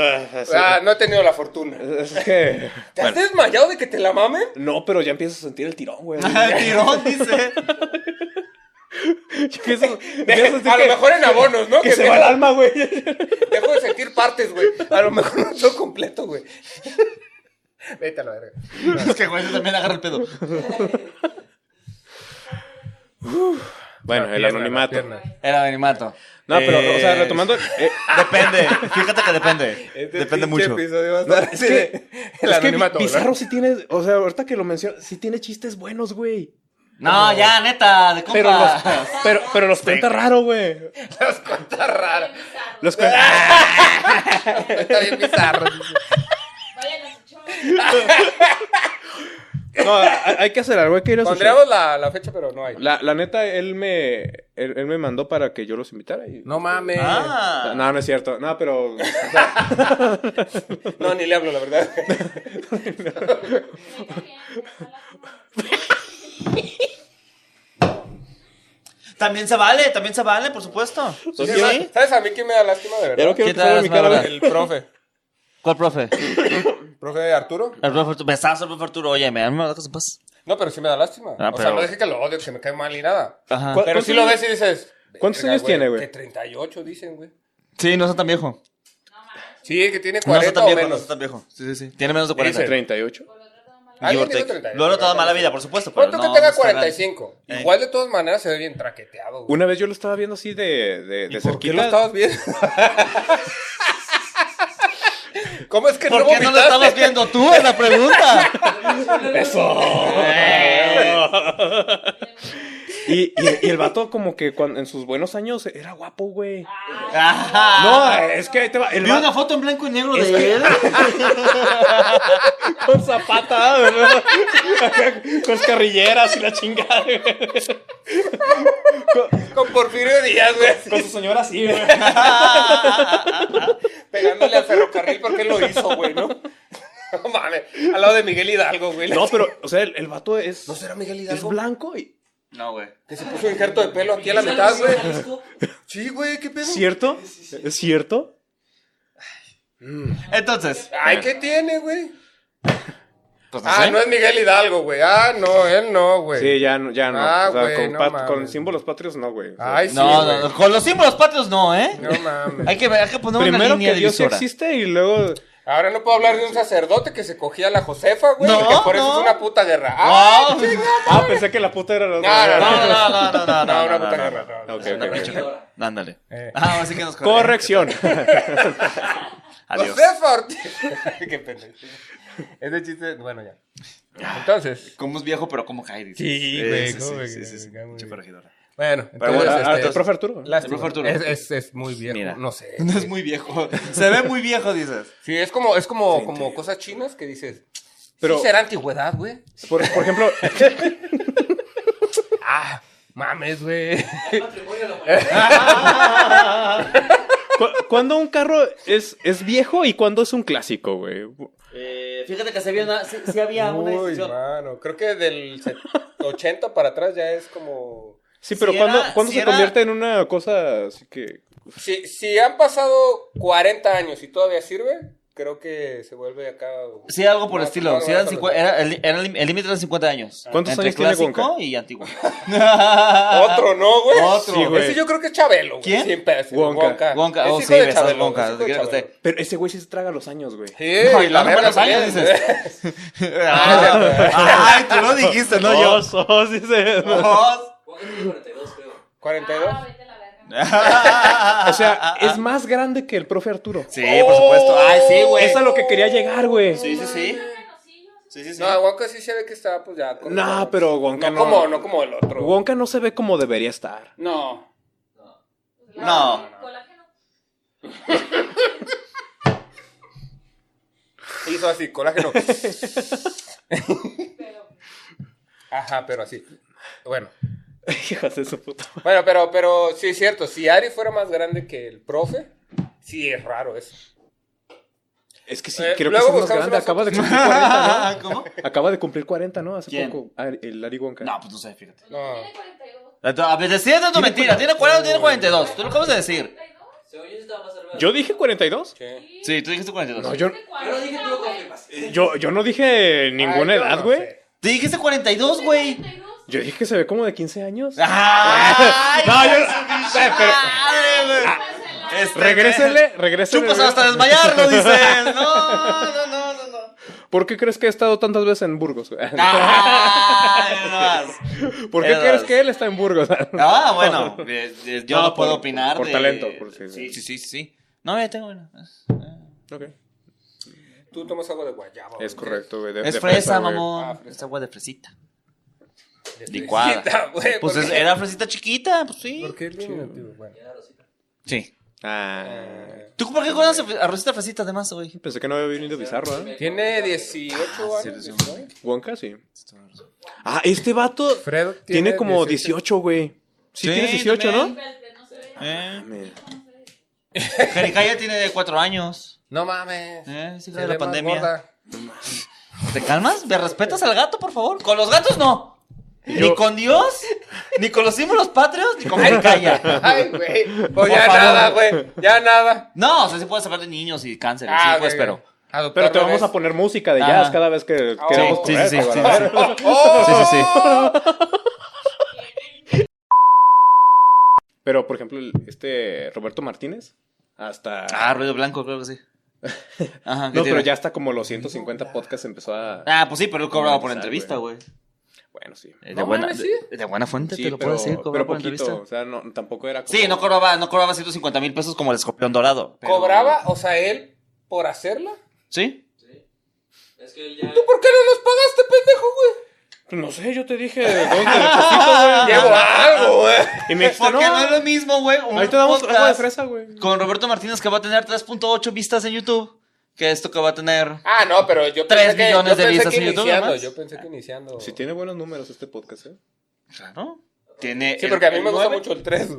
D: Ah, no he tenido la fortuna.
C: Es que.
D: ¿Te has desmayado de que te la mamen?
C: No, pero ya empiezas a sentir el tirón, güey.
B: El tirón, dice.
C: Ya empiezas, empiezas a
D: De-
C: sentir
D: a lo
C: que,
D: mejor en abonos, ¿no?
C: que se va el alma, güey.
D: Dejo de sentir partes, güey. A lo mejor no todo completo, güey. Vete a la verga.
B: Es que, güey, eso también agarra el pedo.
C: Bueno, el anonimato.
B: Era de animato.
C: No, pero, o sea,
B: Eh,
C: retomando. eh,
B: Depende. Fíjate que depende.
C: Este
B: depende mucho.
C: es que,
D: el
C: es que
D: anonimato,
C: Pi-
D: ¿verdad?
C: Pizarro sí tiene, o sea, ahorita que lo menciono, sí tiene chistes buenos, güey.
B: No, ya, neta, de
C: Pero los,
B: compas.
C: pero, pero los cuenta raro, güey.
D: Las cuentas raras.
K: Bizarro.
C: Los cuenta.
D: Está bien bizarro.
K: Vayan a su show.
C: No, hay hay que hacer algo, hay que ir a su show.
D: Pondríamos la, la fecha, pero no hay.
C: La, la neta, él me, él, él me mandó para que yo los invitara. Y...
D: No mames.
B: Ah.
C: No, no es cierto. No, pero.
D: No, ni le hablo, la verdad.
K: Me cae bien, me cae la fuma.
B: También se vale, también se vale, por supuesto.
D: ¿Sabes- ¿Sabes a mí quién me da lástima, de
C: Ya
D: verdad?
C: no quiero
B: ¿Qué
C: que salga
B: tal,
C: mi cara,
B: Esmeralda?
C: güey.
D: El profe.
B: ¿Cuál profe?
D: ¿Profe Arturo?
B: El profe Arturo. Besazo, el profe Arturo. Oye, me a mí me dejas en paz.
D: No, pero sí me da lástima.
B: Ah,
D: o sea,
B: pero-
D: no dije que lo odio, que me cae mal ni nada.
B: Ajá.
C: ¿Cuál-
D: Pero
C: Ah. ¿Cuántos
D: sí lo
C: años-
D: ves y dices...
C: ¿Cuántos
D: "Verga,
C: años tiene, güey?"
D: Que 38 dicen, güey.
B: Sí, no está tan viejo.
D: Sí, que tiene
B: No está
D: 40
B: tan
D: o
B: viejo, no
D: menos.
B: está tan viejo. Sí, sí, sí. Tiene menos de 40.
D: Dice.
C: 38.
D: Alguien
B: Give or
D: dijo
B: take.
D: 38,
B: Lo he notado
D: ¿verdad?
B: mala vida, por supuesto. pero
D: Pon tú
B: no,
D: que tenga
B: no está mal.
D: 45.
B: Eh.
D: Igual de todas maneras se ve bien traqueteado, güey.
C: Una vez yo lo estaba viendo así de, de, de
D: ¿Por qué
C: cerquita.
D: lo estabas viendo? ¿Cómo es que
B: ¿Por
D: no
B: qué no lo
D: vomitaste?
B: estabas viendo tú? Es la pregunta. Eh.
C: Y, y- y el vato, como que cuando, en sus buenos años, era guapo, güey.
B: Ajá.
D: Ah.
C: No, es que ahí te va. El
B: Vi una
C: vato
B: foto en blanco y negro de él.
C: con zapata, ¿verdad? con carrilleras y la chingada, güey.
D: Con Porfirio Díaz, güey.
C: Con su señora así, güey.
D: Pegándole al ferrocarril porque él lo hizo, güey, ¿no? No mames. Al lado de Miguel Hidalgo, güey.
C: No, pero, o sea, el, el vato es.
D: ¿No será Miguel
C: es
D: Hidalgo.
C: blanco y.
B: No, güey.
D: Que se puso un injerto de pelo aquí a la mitad, güey.
E: Jalisco,
D: Sí, güey, qué pedo.
C: ¿Cierto? ¿Es cierto?
B: Entonces,
D: Ay, ¿qué tiene, güey?
B: pues no
D: Ah,
B: sé.
D: no es Miguel Hidalgo, güey. Ah, no, él no, güey.
C: Sí, ya, no- ya no.
D: Ah,
C: o sea,
D: güey,
C: con,
D: no
C: pat-
D: mames.
C: con símbolos patrios no, güey. O sea,
D: Ay, sí,
B: No,
D: güey.
B: no, no, con los símbolos patrios no, ¿eh?
D: No mames.
B: Hay que, ver- hay que poner una
C: primero
B: línea
C: que
B: de
C: Dios sí
B: divisora.
C: existe y luego...
D: Ahora no puedo hablar de un sacerdote que se cogía a la Josefa, güey.
B: No,
D: que por eso
B: no.
D: es una puta guerra. ¡Ah!
B: No,
C: Ah, pensé que la puta era la
D: No,
B: no, no, no, no, no,
D: No,
B: no,
D: una
B: no,
D: puta
B: no.
D: guerra. no,
C: Ok,
D: no,
C: ok,
D: no,
C: ok.
D: no, no.
B: Ándale.
D: Eh.
B: Ah, así que nos corren.
C: Corrección.
B: Adiós.
D: Josefa Ortiz. Qué pendejo. Ese chiste, bueno, ya. Entonces.
B: Como es viejo, pero como cae. dices.
D: Sí,
B: Eh,
D: güey,
B: sí,
D: ¿cómo
B: sí, sí,
D: que-
B: sí, sí.
D: que-
B: Pinche
D: que-
B: corregidora.
D: Bueno,
B: Pero
D: entonces,
B: bueno,
C: Ah,
D: este,
C: el profe Arturo.
D: lástima.
B: El profe Arturo.
D: Es, es, es muy viejo.
B: Mira.
D: No sé.
B: No es muy viejo. Se ve muy viejo, dices.
D: Sí, es como, es como, como cosas chinas que dices. Pero,
C: Pero-
D: ¿sí será antigüedad, güey?
C: Por, por ejemplo,
D: Ah, mames, güey.
E: Matrimonio a la humanidad.
C: cu- ¿cuándo un carro es, es viejo y cuándo es un clásico, güey?
H: Eh, fíjate que se había una, sí, sí había una
D: Uy,
H: discusión.
D: mano. Creo que del set- 80 para atrás ya es como.
C: Sí, pero
H: Si
C: ¿cuándo,
H: era-
C: ¿cuándo
H: si
C: se
H: era-
C: convierte en una cosa así que...
D: Si, si han pasado 40 años y todavía sirve, creo que se vuelve acá.
B: Sí, algo por el
D: No,
B: estilo.
D: no,
B: Sí,
D: no,
B: eran
D: no,
B: cincu-
D: no.
B: era- el era lim- el límite eran 50 años.
C: Ah. ¿Cuántos
B: Entre
C: años tiene
B: clásico
C: Wonka?
B: y antiguo.
D: Otro, ¿no, güey?
B: Otro.
C: Sí, güey.
D: Ese yo creo que es Chabelo, güey.
B: ¿Quién?
D: Sin pedos,
C: Wonka.
B: Wonka,
D: Es
B: oh,
D: hijo
B: sí,
D: de
B: besas
D: Chabelo,
B: Wonka,
D: es hijo de
B: quiero
D: Chabelo.
B: usted.
C: Pero ese güey sí se traga los años, güey.
D: Sí,
B: No, y la verga
D: verga
B: los
D: también.
B: años, dices.
D: Ah, no es cierto.
B: Ay, tú lo dijiste, no yo.
C: Dos, dos, dice.
B: Dos.
E: Juan tiene 42, creo.
D: 42.
K: Ah, vete a la verga.
C: O
B: Ah,
C: sea, es más grande que el profe Arturo.
B: Sí, por supuesto. Ay, sí, güey.
C: Es a lo que quería llegar, güey.
B: Sí, sí, sí.
K: Bueno, sí, yo
B: Sí, sí, sí.
D: No, Wonka sí se ve que está, pues ya. con-
C: No, pero Wonka no.
D: No, como, no como el otro.
C: Wonka no se ve como debería estar.
D: No.
K: sé.
B: No.
K: pues, Colágeno.
D: Hizo así, colágeno.
K: Pero. pues,
D: Ajá, pero así. Bueno.
C: Hijas de su puta madre.
D: Bueno, pero, pero sí es cierto. Si Ari fuera más grande que el profe, sí es raro eso.
C: Es que sí,
D: Eh,
C: creo que
D: luego
C: es más grande.
D: buscamos unas
C: Acaba de cumplir 40,
B: Ah, ¿Cómo?
C: ¿no? Acaba de cumplir 40, ¿no? Hace
B: ¿Quién?
C: poco. Ari- El Ari Wonka.
B: No, pues no sé, fíjate.
D: No.
K: Tiene 42.
B: A ver, decía tanto mentira. Tiene 40 tiene 42. Tú lo acabas de decir.
K: 42.
E: Según yo, estaba más arriba.
C: ¿Yo dije 42?
D: Sí.
B: Sí, tú dijiste 42.
C: No, yo,
K: Tiene
E: Yo no dije tú
K: 40,
E: lo
K: güey.
E: confirmas.
C: yo, yo no dije ninguna
D: Ay, yo
C: edad,
D: no
C: güey.
D: sé.
B: Te dijiste 42, güey.
K: 42.
C: Yo dije que se ve como de 15 años.
B: Ah, ¡Ay!
C: No, yo- eh,
B: ¡Ay,
C: pero- Ah,
B: madre, güey! Este-
C: Regrésenle, regrésenle.
B: Chupas hasta desmayarlo, dices. No, no, no, no, no.
C: ¿Por qué crees que he estado tantas veces en Burgos? güey?
B: Ah, ¡Ay, no más!
C: ¿Por qué
B: Esas.
C: crees que él está en Burgos?
B: Ah, bueno. eh, eh, Yo
C: No,
B: no puedo
C: por-
B: opinar.
C: por
B: de-
C: talento, por si-
B: sí, sí, sí, sí. No, ya tengo una.
C: Ok.
D: Tú tomas agua de guayaba.
C: Es
D: güey.
C: correcto, güey. de-
B: Es
C: de
B: fresa,
C: güey.
D: Ah,
B: mamón.
D: fresa.
B: Es agua de fresita.
D: De
B: Licuada.
D: fresita, güey,
B: Pues
D: ¿por
B: es-
D: qué?
B: era fresita chiquita, pues sí.
D: ¿Por qué el diminutivo? Bueno.
B: Sí.
C: Ah.
B: ¿Tú por qué conoces a Rosita Fresita además, güey?
C: Pensé que no había venido bizarro, ¿eh?
D: Tiene 18
B: Ah, sí,
D: años.
B: sí.
D: 19.
C: Wonka, sí. Ah, este vato
D: Fredo
C: tiene como 18, güey. Sí,
B: Sí,
C: tiene 18, ¿no?
B: también.
K: Espérate, no se ve.
B: Eh,
C: Mami.
B: Jericaya tiene cuatro años.
D: No mames.
B: Eh, es hija de
D: Se ve
B: la
D: más
B: pandemia.
D: gorda.
B: ¿Te calmas? ¿Me respetas al gato, por favor? Con los gatos no. Ni
C: Yo-
B: con Dios, ni con los símbolos patrios, ni con Jericaya.
D: Ay, güey. Pues
B: Por
D: ya
B: favor.
D: nada, güey. Ya nada. Ah,
B: No, o sea, sí puedes hablar de niños y cáncer. sí, pues,
D: güey.
B: pero.
D: Adoptar
C: Pero te vamos
D: bebés.
C: a poner música de
B: Ajá.
C: jazz cada vez que
D: Oh.
C: queramos
B: Sí, sí,
C: correr,
B: sí,
C: güey,
B: sí,
C: a
B: sí.
C: ver.
D: ¡Oh!
B: Sí, sí, sí.
C: Pero, por ejemplo, el- este Roberto Martínez, hasta...
B: Ah, ruido blanco, creo que sí. Ajá, ¿qué
C: no, pero
B: tiene?
C: ya hasta como los 150 podcasts empezó a...
B: Ah, pues sí, pero él cobraba por
C: Monetizar,
B: entrevista,
C: güey.
B: güey.
C: Bueno, sí.
B: Eh, De,
D: No
B: buena,
D: mames,
B: de, de buena fuente,
C: Sí,
B: te lo
C: pero,
B: puedo decir, cobraba
C: pero
B: por
C: poquito,
B: entrevista.
C: o sea, no, tampoco era como...
B: Sí, no cobraba, no cobraba 150 mil pesos como el escorpión dorado. pero-
D: ¿Cobraba, o sea, él por hacerla?
B: ¿Sí?
E: Es que él ya.
D: ¿Tú por qué no nos pagaste, pendejo, güey?
C: No sé, yo te dije... Ah, ¿dónde te
B: Ah,
D: Llevo algo, güey.
C: Y me dijiste,
B: pues, Porque
C: no,
B: no, es lo mismo, güey. un
C: ahí te damos
B: podcast
C: agua de fresa, güey.
B: Con Roberto Martínez que va a tener 3.8 vistas en YouTube. Que esto que va a tener.
D: Ah, no, pero yo
B: Tres
D: pensé que, yo
B: millones de
D: pensé
B: vistas
D: que
B: en YouTube,
D: iniciando,
B: nomás.
D: yo pensé que iniciando.
C: Si tiene buenos números este podcast, ¿eh?
B: Claro. Tiene.
D: Sí,
B: el-
D: porque a mí
B: el
D: me gusta
B: nueve.
D: mucho el 3.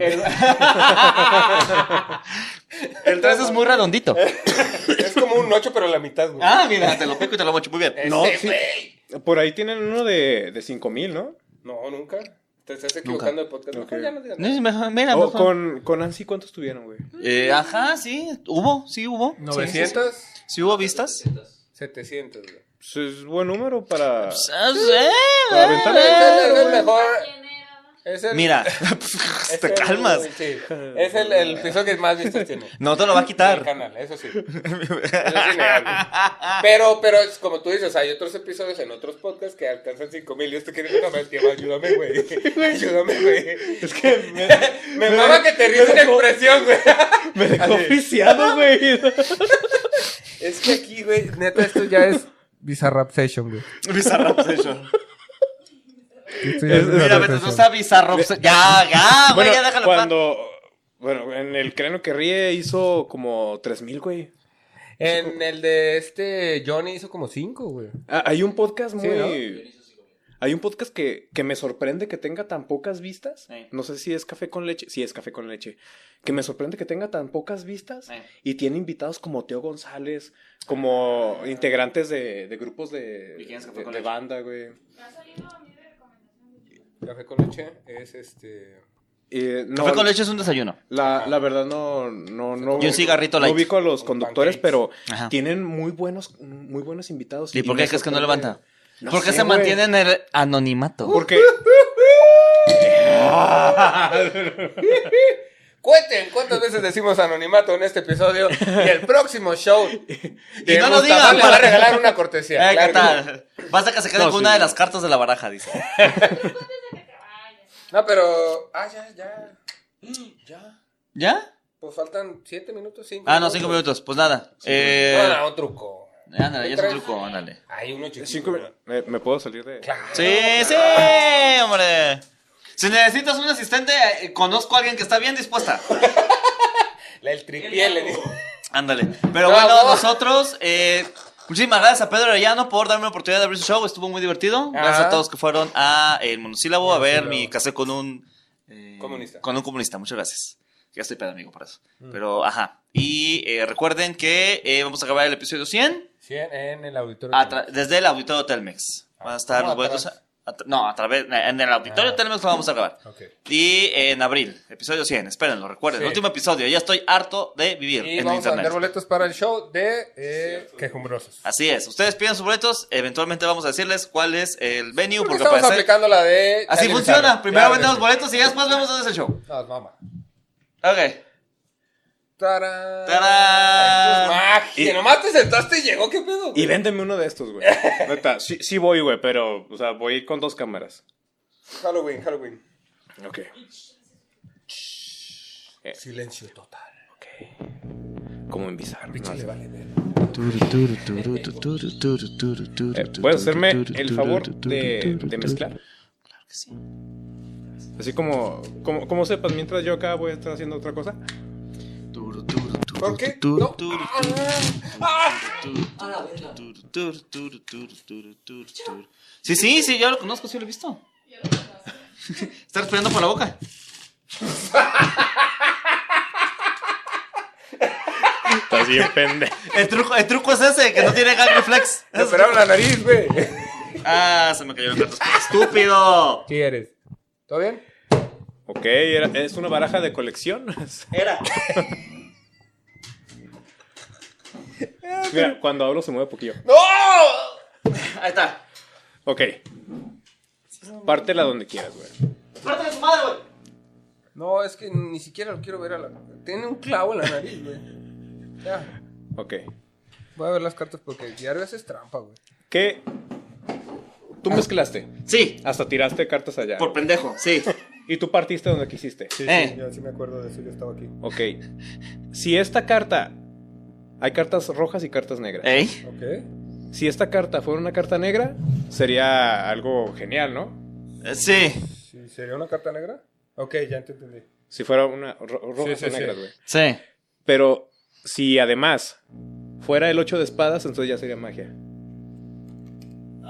B: El 3 es muy redondito.
D: Eh. es como un 8, pero la mitad, güey.
B: Ah, mira, te lo pico y te lo
D: Eh,
B: mocho. Muy bien.
D: Ese,
C: no, sí.
D: güey.
C: Por ahí tienen uno de, de 5000, ¿no?
D: No, nunca. Te estás equivocando de podcast. Mejor
C: Ok.
D: ya no digas
B: No,
D: nada.
B: es mejor- Mira,
C: Oh,
B: mejor.
C: con, con Ansi, ¿cuántos tuvieron, güey?
B: Eh, ajá, sí, hubo, sí hubo. Sí, sí, sí.
D: 900,
B: Sí hubo vistas.
D: 700, güey.
C: Pues Es buen número para...
B: Ah, sí,
C: Para aventar el
D: Es el
C: número, güey.
D: mejor.
K: ¿Quién era?
D: Es el,
B: Mira,
D: es
B: te
D: el-
B: calmas.
D: sí. Es el, el episodio que más vistas tiene.
B: No te lo va a
D: El
B: quitar.
D: canal, eso sí. Eso es innegable. Pero, pero es como tú dices, hay otros episodios en otros podcasts que alcanzan 5 mil. Y esto quiere decir, no, me tío, ayúdame, güey. Ayúdame, güey. Es que me, me mama que te ríes una expresión, güey.
C: Me dejó oficiado, güey.
D: Es que aquí, güey, neta, esto ya es Bizarrap Session, güey.
C: pues,
B: Bizarrap Session.
D: Esto ya
C: Es-
D: es
B: Mira,
D: Bizarrap
B: vete, tú
D: Session.
B: estás bizarro. pues, Ya, ya, Ah, güey,
C: Bueno,
B: ya déjalo. pa-
C: cuando... Bueno, en el Creno que ríe hizo como 3000, güey.
D: En el de este, Johnny hizo como 5, güey.
C: Ah, hay un podcast muy...
D: Sí, ¿no?
C: Hay un podcast que, que me sorprende que tenga tan pocas vistas.
B: Sí.
C: No sé si es Café con Leche. Sí, es Café con Leche. Que me sorprende que tenga tan pocas vistas.
B: Sí.
C: Y tiene invitados como Teo González, como integrantes de, de grupos de,
B: ¿Y quién es Café
C: de-
B: con
C: de
B: Leche?
C: banda, güey.
K: Me ha salido a mí de recomendación de YouTube.
D: Café con leche es este...
C: Eh, no,
B: Café con leche es un desayuno.
C: La, la verdad no, no, no.
B: Y un cigarrito
C: No
B: light.
C: ubico a los
D: Un
C: conductores,
D: pancakes.
C: pero
B: Ajá.
C: tienen muy buenos, muy buenos invitados.
B: ¿Y por qué
C: me
B: crees que no
C: sorprende.
B: levanta?
C: No
B: Porque
C: sé,
B: se
C: güey.
B: mantiene en el anonimato. Eh,
C: Porque
D: Cuenten cuántas veces decimos anonimato en este episodio y el próximo show.
B: Y
D: Y
B: no lo digan,
D: Le va a
B: para-
D: regalar una
B: Eh,
D: cortesía.
B: ¿qué
D: claro que
B: tal? Basta que se quede
C: No,
B: con
C: sí.
B: una de las cartas de la baraja, dice.
K: Desde que te vayas.
D: no. No, pero. Ah, ya, ya. Ya.
B: ¿Ya?
D: Pues faltan 7 minutos, 5.
B: Ah, no, cinco minutos. Pues nada.
D: No,
B: Eh,
D: no, un truco.
B: ándale, ya es un truco, ándale.
D: Hay uno chiquito.
C: cinco
D: ¿no?
C: minu- ¿Me, me puedo salir de.
D: Claro.
B: Sí, sí, hombre. Si necesitas un asistente, eh, conozco a alguien que está bien dispuesta.
D: La- El tripiel le digo.
B: Ándale. Pero
D: No,
B: bueno,
D: no.
B: nosotros, eh, muchísimas gracias a Pedro Arellano por darme la oportunidad de abrir su show. Estuvo muy divertido. Gracias
D: Ajá.
B: a todos que fueron a El Monosílabo a ver mi casé con un eh,
D: Comunista.
B: Con un comunista. Muchas gracias. Ya estoy pedo, amigo, por eso.
D: Mm.
B: Pero, ajá. Y eh, recuerden que eh, vamos a grabar el episodio 100
D: 100 en el auditorio.
B: atra- desde el auditorio Telmex. Van a estar
D: ¿Cómo
B: los boletos.
D: atrás?
B: a- atra- no, a través. En el auditorio
D: Ah.
B: Telmex lo vamos a grabar.
D: Ok.
B: Y eh, en abril, episodio 100. Espérenlo, recuerden.
D: Sí.
B: Último episodio. Ya estoy harto de vivir
D: Y
B: en
D: vamos a
B: internet.
D: vender boletos para el show de eh, Quejumbrosos.
B: Así es, ustedes piden sus boletos, eventualmente vamos a decirles cuál es el venue,
D: Porque
B: porque
D: estamos
B: parece-
D: aplicando la de.
B: Así
D: Charlie
B: funciona,
D: Lozano.
B: primero
D: Claro que
B: vendemos
D: sí.
B: boletos y ya después vemos dónde es el show.
D: No, mamá.
B: Ok.
D: ¡Tarán!
B: ¡Tarán!
D: Esto es magia.
C: Y-
D: Nomás te sentaste y llegó, ¿qué pedo? güey?
C: Y véndeme uno de estos, güey. Neta, sí, sí voy, güey, pero, o sea, voy con dos cámaras.
D: Halloween, Halloween.
C: Ok.
D: Silencio total.
C: Como en bizarro.
D: Pinche le vale ver.
C: ¿Puedes Eh, hacerme el favor de, de mezclar? Así como, como, como sepas, mientras yo acá voy a estar haciendo otra cosa.
D: ¿Por qué? No. Ah,
E: A la verga.
B: Sí, sí, sí, yo lo conozco, sí lo he visto. Está respirando por la boca.
C: Estás bien pendejo.
B: El truco, el truco es ese, que no tiene gag reflex.
D: Te operaron la nariz, güey.
B: Ah, se me cayó el gato. ¡Estúpido!
D: ¿Qué eres? ¿Todo bien?
C: Ok, era- es una baraja de colección.
B: Era.
C: Mira, cuando hablo se mueve poquillo.
D: ¡No!
B: Ahí está.
C: Ok. Pártela donde quieras, güey.
B: ¡Fuerte de su madre, güey!
D: No, es que ni siquiera lo quiero ver a la. Tiene un clavo en la nariz, güey. Ya.
C: Ok.
D: Voy a ver las cartas porque diario haces trampa, güey.
C: ¿Qué? Tú mezclaste.
B: Sí,
C: Hasta tiraste cartas allá.
B: por pendejo, sí.
C: Y tú partiste donde quisiste.
D: Sí,
B: Eh.
D: yo sí me acuerdo de eso, yo estaba aquí.
C: Ok. Si esta carta. Hay cartas rojas y cartas negras.
B: ¿Ey?
D: Ok.
C: Si esta carta fuera una carta negra, sería algo genial, ¿no?
B: Eh, Sí,
D: Sí, ¿Sería una carta negra? Ok, ya te entendí.
C: Si fuera una ro- rojas
D: sí,
C: o
D: sí.
C: negras, güey.
B: sí.
C: Pero si además fuera el 8 de espadas, entonces ya sería magia.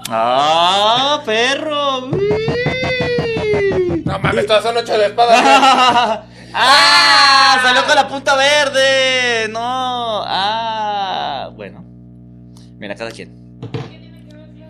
B: ¡Ah, perro! Uy.
D: No mames, todas son ocho de espada.
B: ¡Ah! ¡Salió con la punta verde! ¡No! ¡Ah! Bueno. Mira, cada quien.
K: ¿Qué tiene que ver? tío?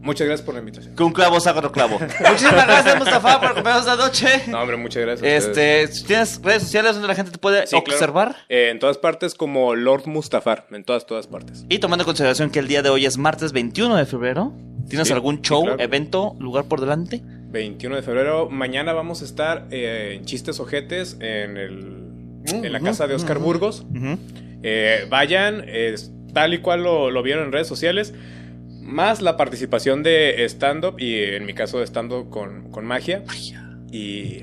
C: Muchas gracias por la invitación.
B: Que un clavo saca otro clavo. Muchísimas gracias, Mustafa, por acompañarnos esta noche.
C: No, hombre, muchas gracias. a ustedes.
B: Este, ¿tienes redes sociales donde la gente te puede
C: Sí, claro.
B: observar?
C: Eh, en todas partes como Lord Mustafar, en todas, todas partes.
B: Y tomando en consideración que el día de hoy es martes 21 de febrero, ¿tienes
C: Sí,
B: algún
C: sí,
B: show,
C: claro.
B: evento, lugar por delante?
C: 21 de febrero, mañana vamos a estar eh, en Chistes Ojetes en, el, en la casa de Oscar Burgos. Eh, vayan, es tal y cual lo, lo vieron en redes sociales, más la participación de stand-up y en mi caso de stand-up con, con magia. Y...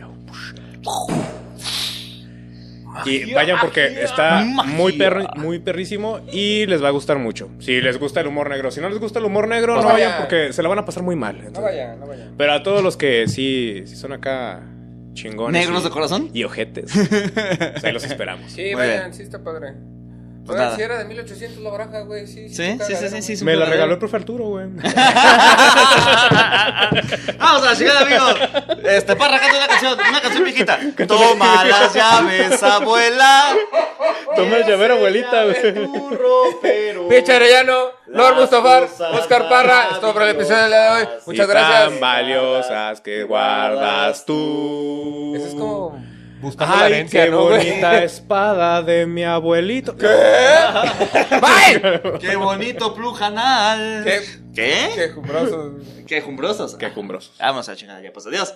C: Y vayan porque está
B: Magia.
C: muy perro- muy perrísimo y les va a gustar mucho. Si les gusta el humor negro, si no les gusta el humor negro,
D: Pues
C: no
D: vayan.
C: vayan porque se la van a pasar muy mal.
D: No
C: entonces.
D: vayan, no vayan.
C: Pero a todos los que sí, sí son acá chingones.
B: ¿Negros
C: y-
B: de corazón?
C: Y ojetes. pues ahí los esperamos.
D: Sí,
B: Muy
D: vayan,
B: bien.
D: sí está padre.
B: Pues
D: Oigan,
B: nada.
D: si era de 1800 la baraja, güey, sí.
B: Sí,
D: está
B: sí, sí,
D: cagadero,
B: sí, sí,
D: güey.
B: sí.
C: Me la regaló el profe Arturo, güey.
B: Vamos a la chingada, amigos. Este, para canta una canción, una canción viejita. Toma las llaves, abuela.
C: Toma el llavero, abuelita, güey.
D: Pinche Arellano, Lord
H: Las
D: Mustafar,
H: cosas
D: Oscar Parra. Esto fue el episodio del día de hoy.
H: maravillosas.
D: Muchas
C: Y Tan
D: gracias.
C: valiosas que guardas tú.
D: Eso es como buscando la
C: Ay,
D: herencia,
C: qué
D: ¿no, güey?
C: bonita espada de mi abuelito.
D: ¡Bye!
B: Qué bonito plujanal.
D: Qué-
B: ¿Qué?
D: Qué jumbrosos.
B: Qué jumbrosos.
C: Qué cumbrosos.
B: Vamos a la chingada, ya pues adiós.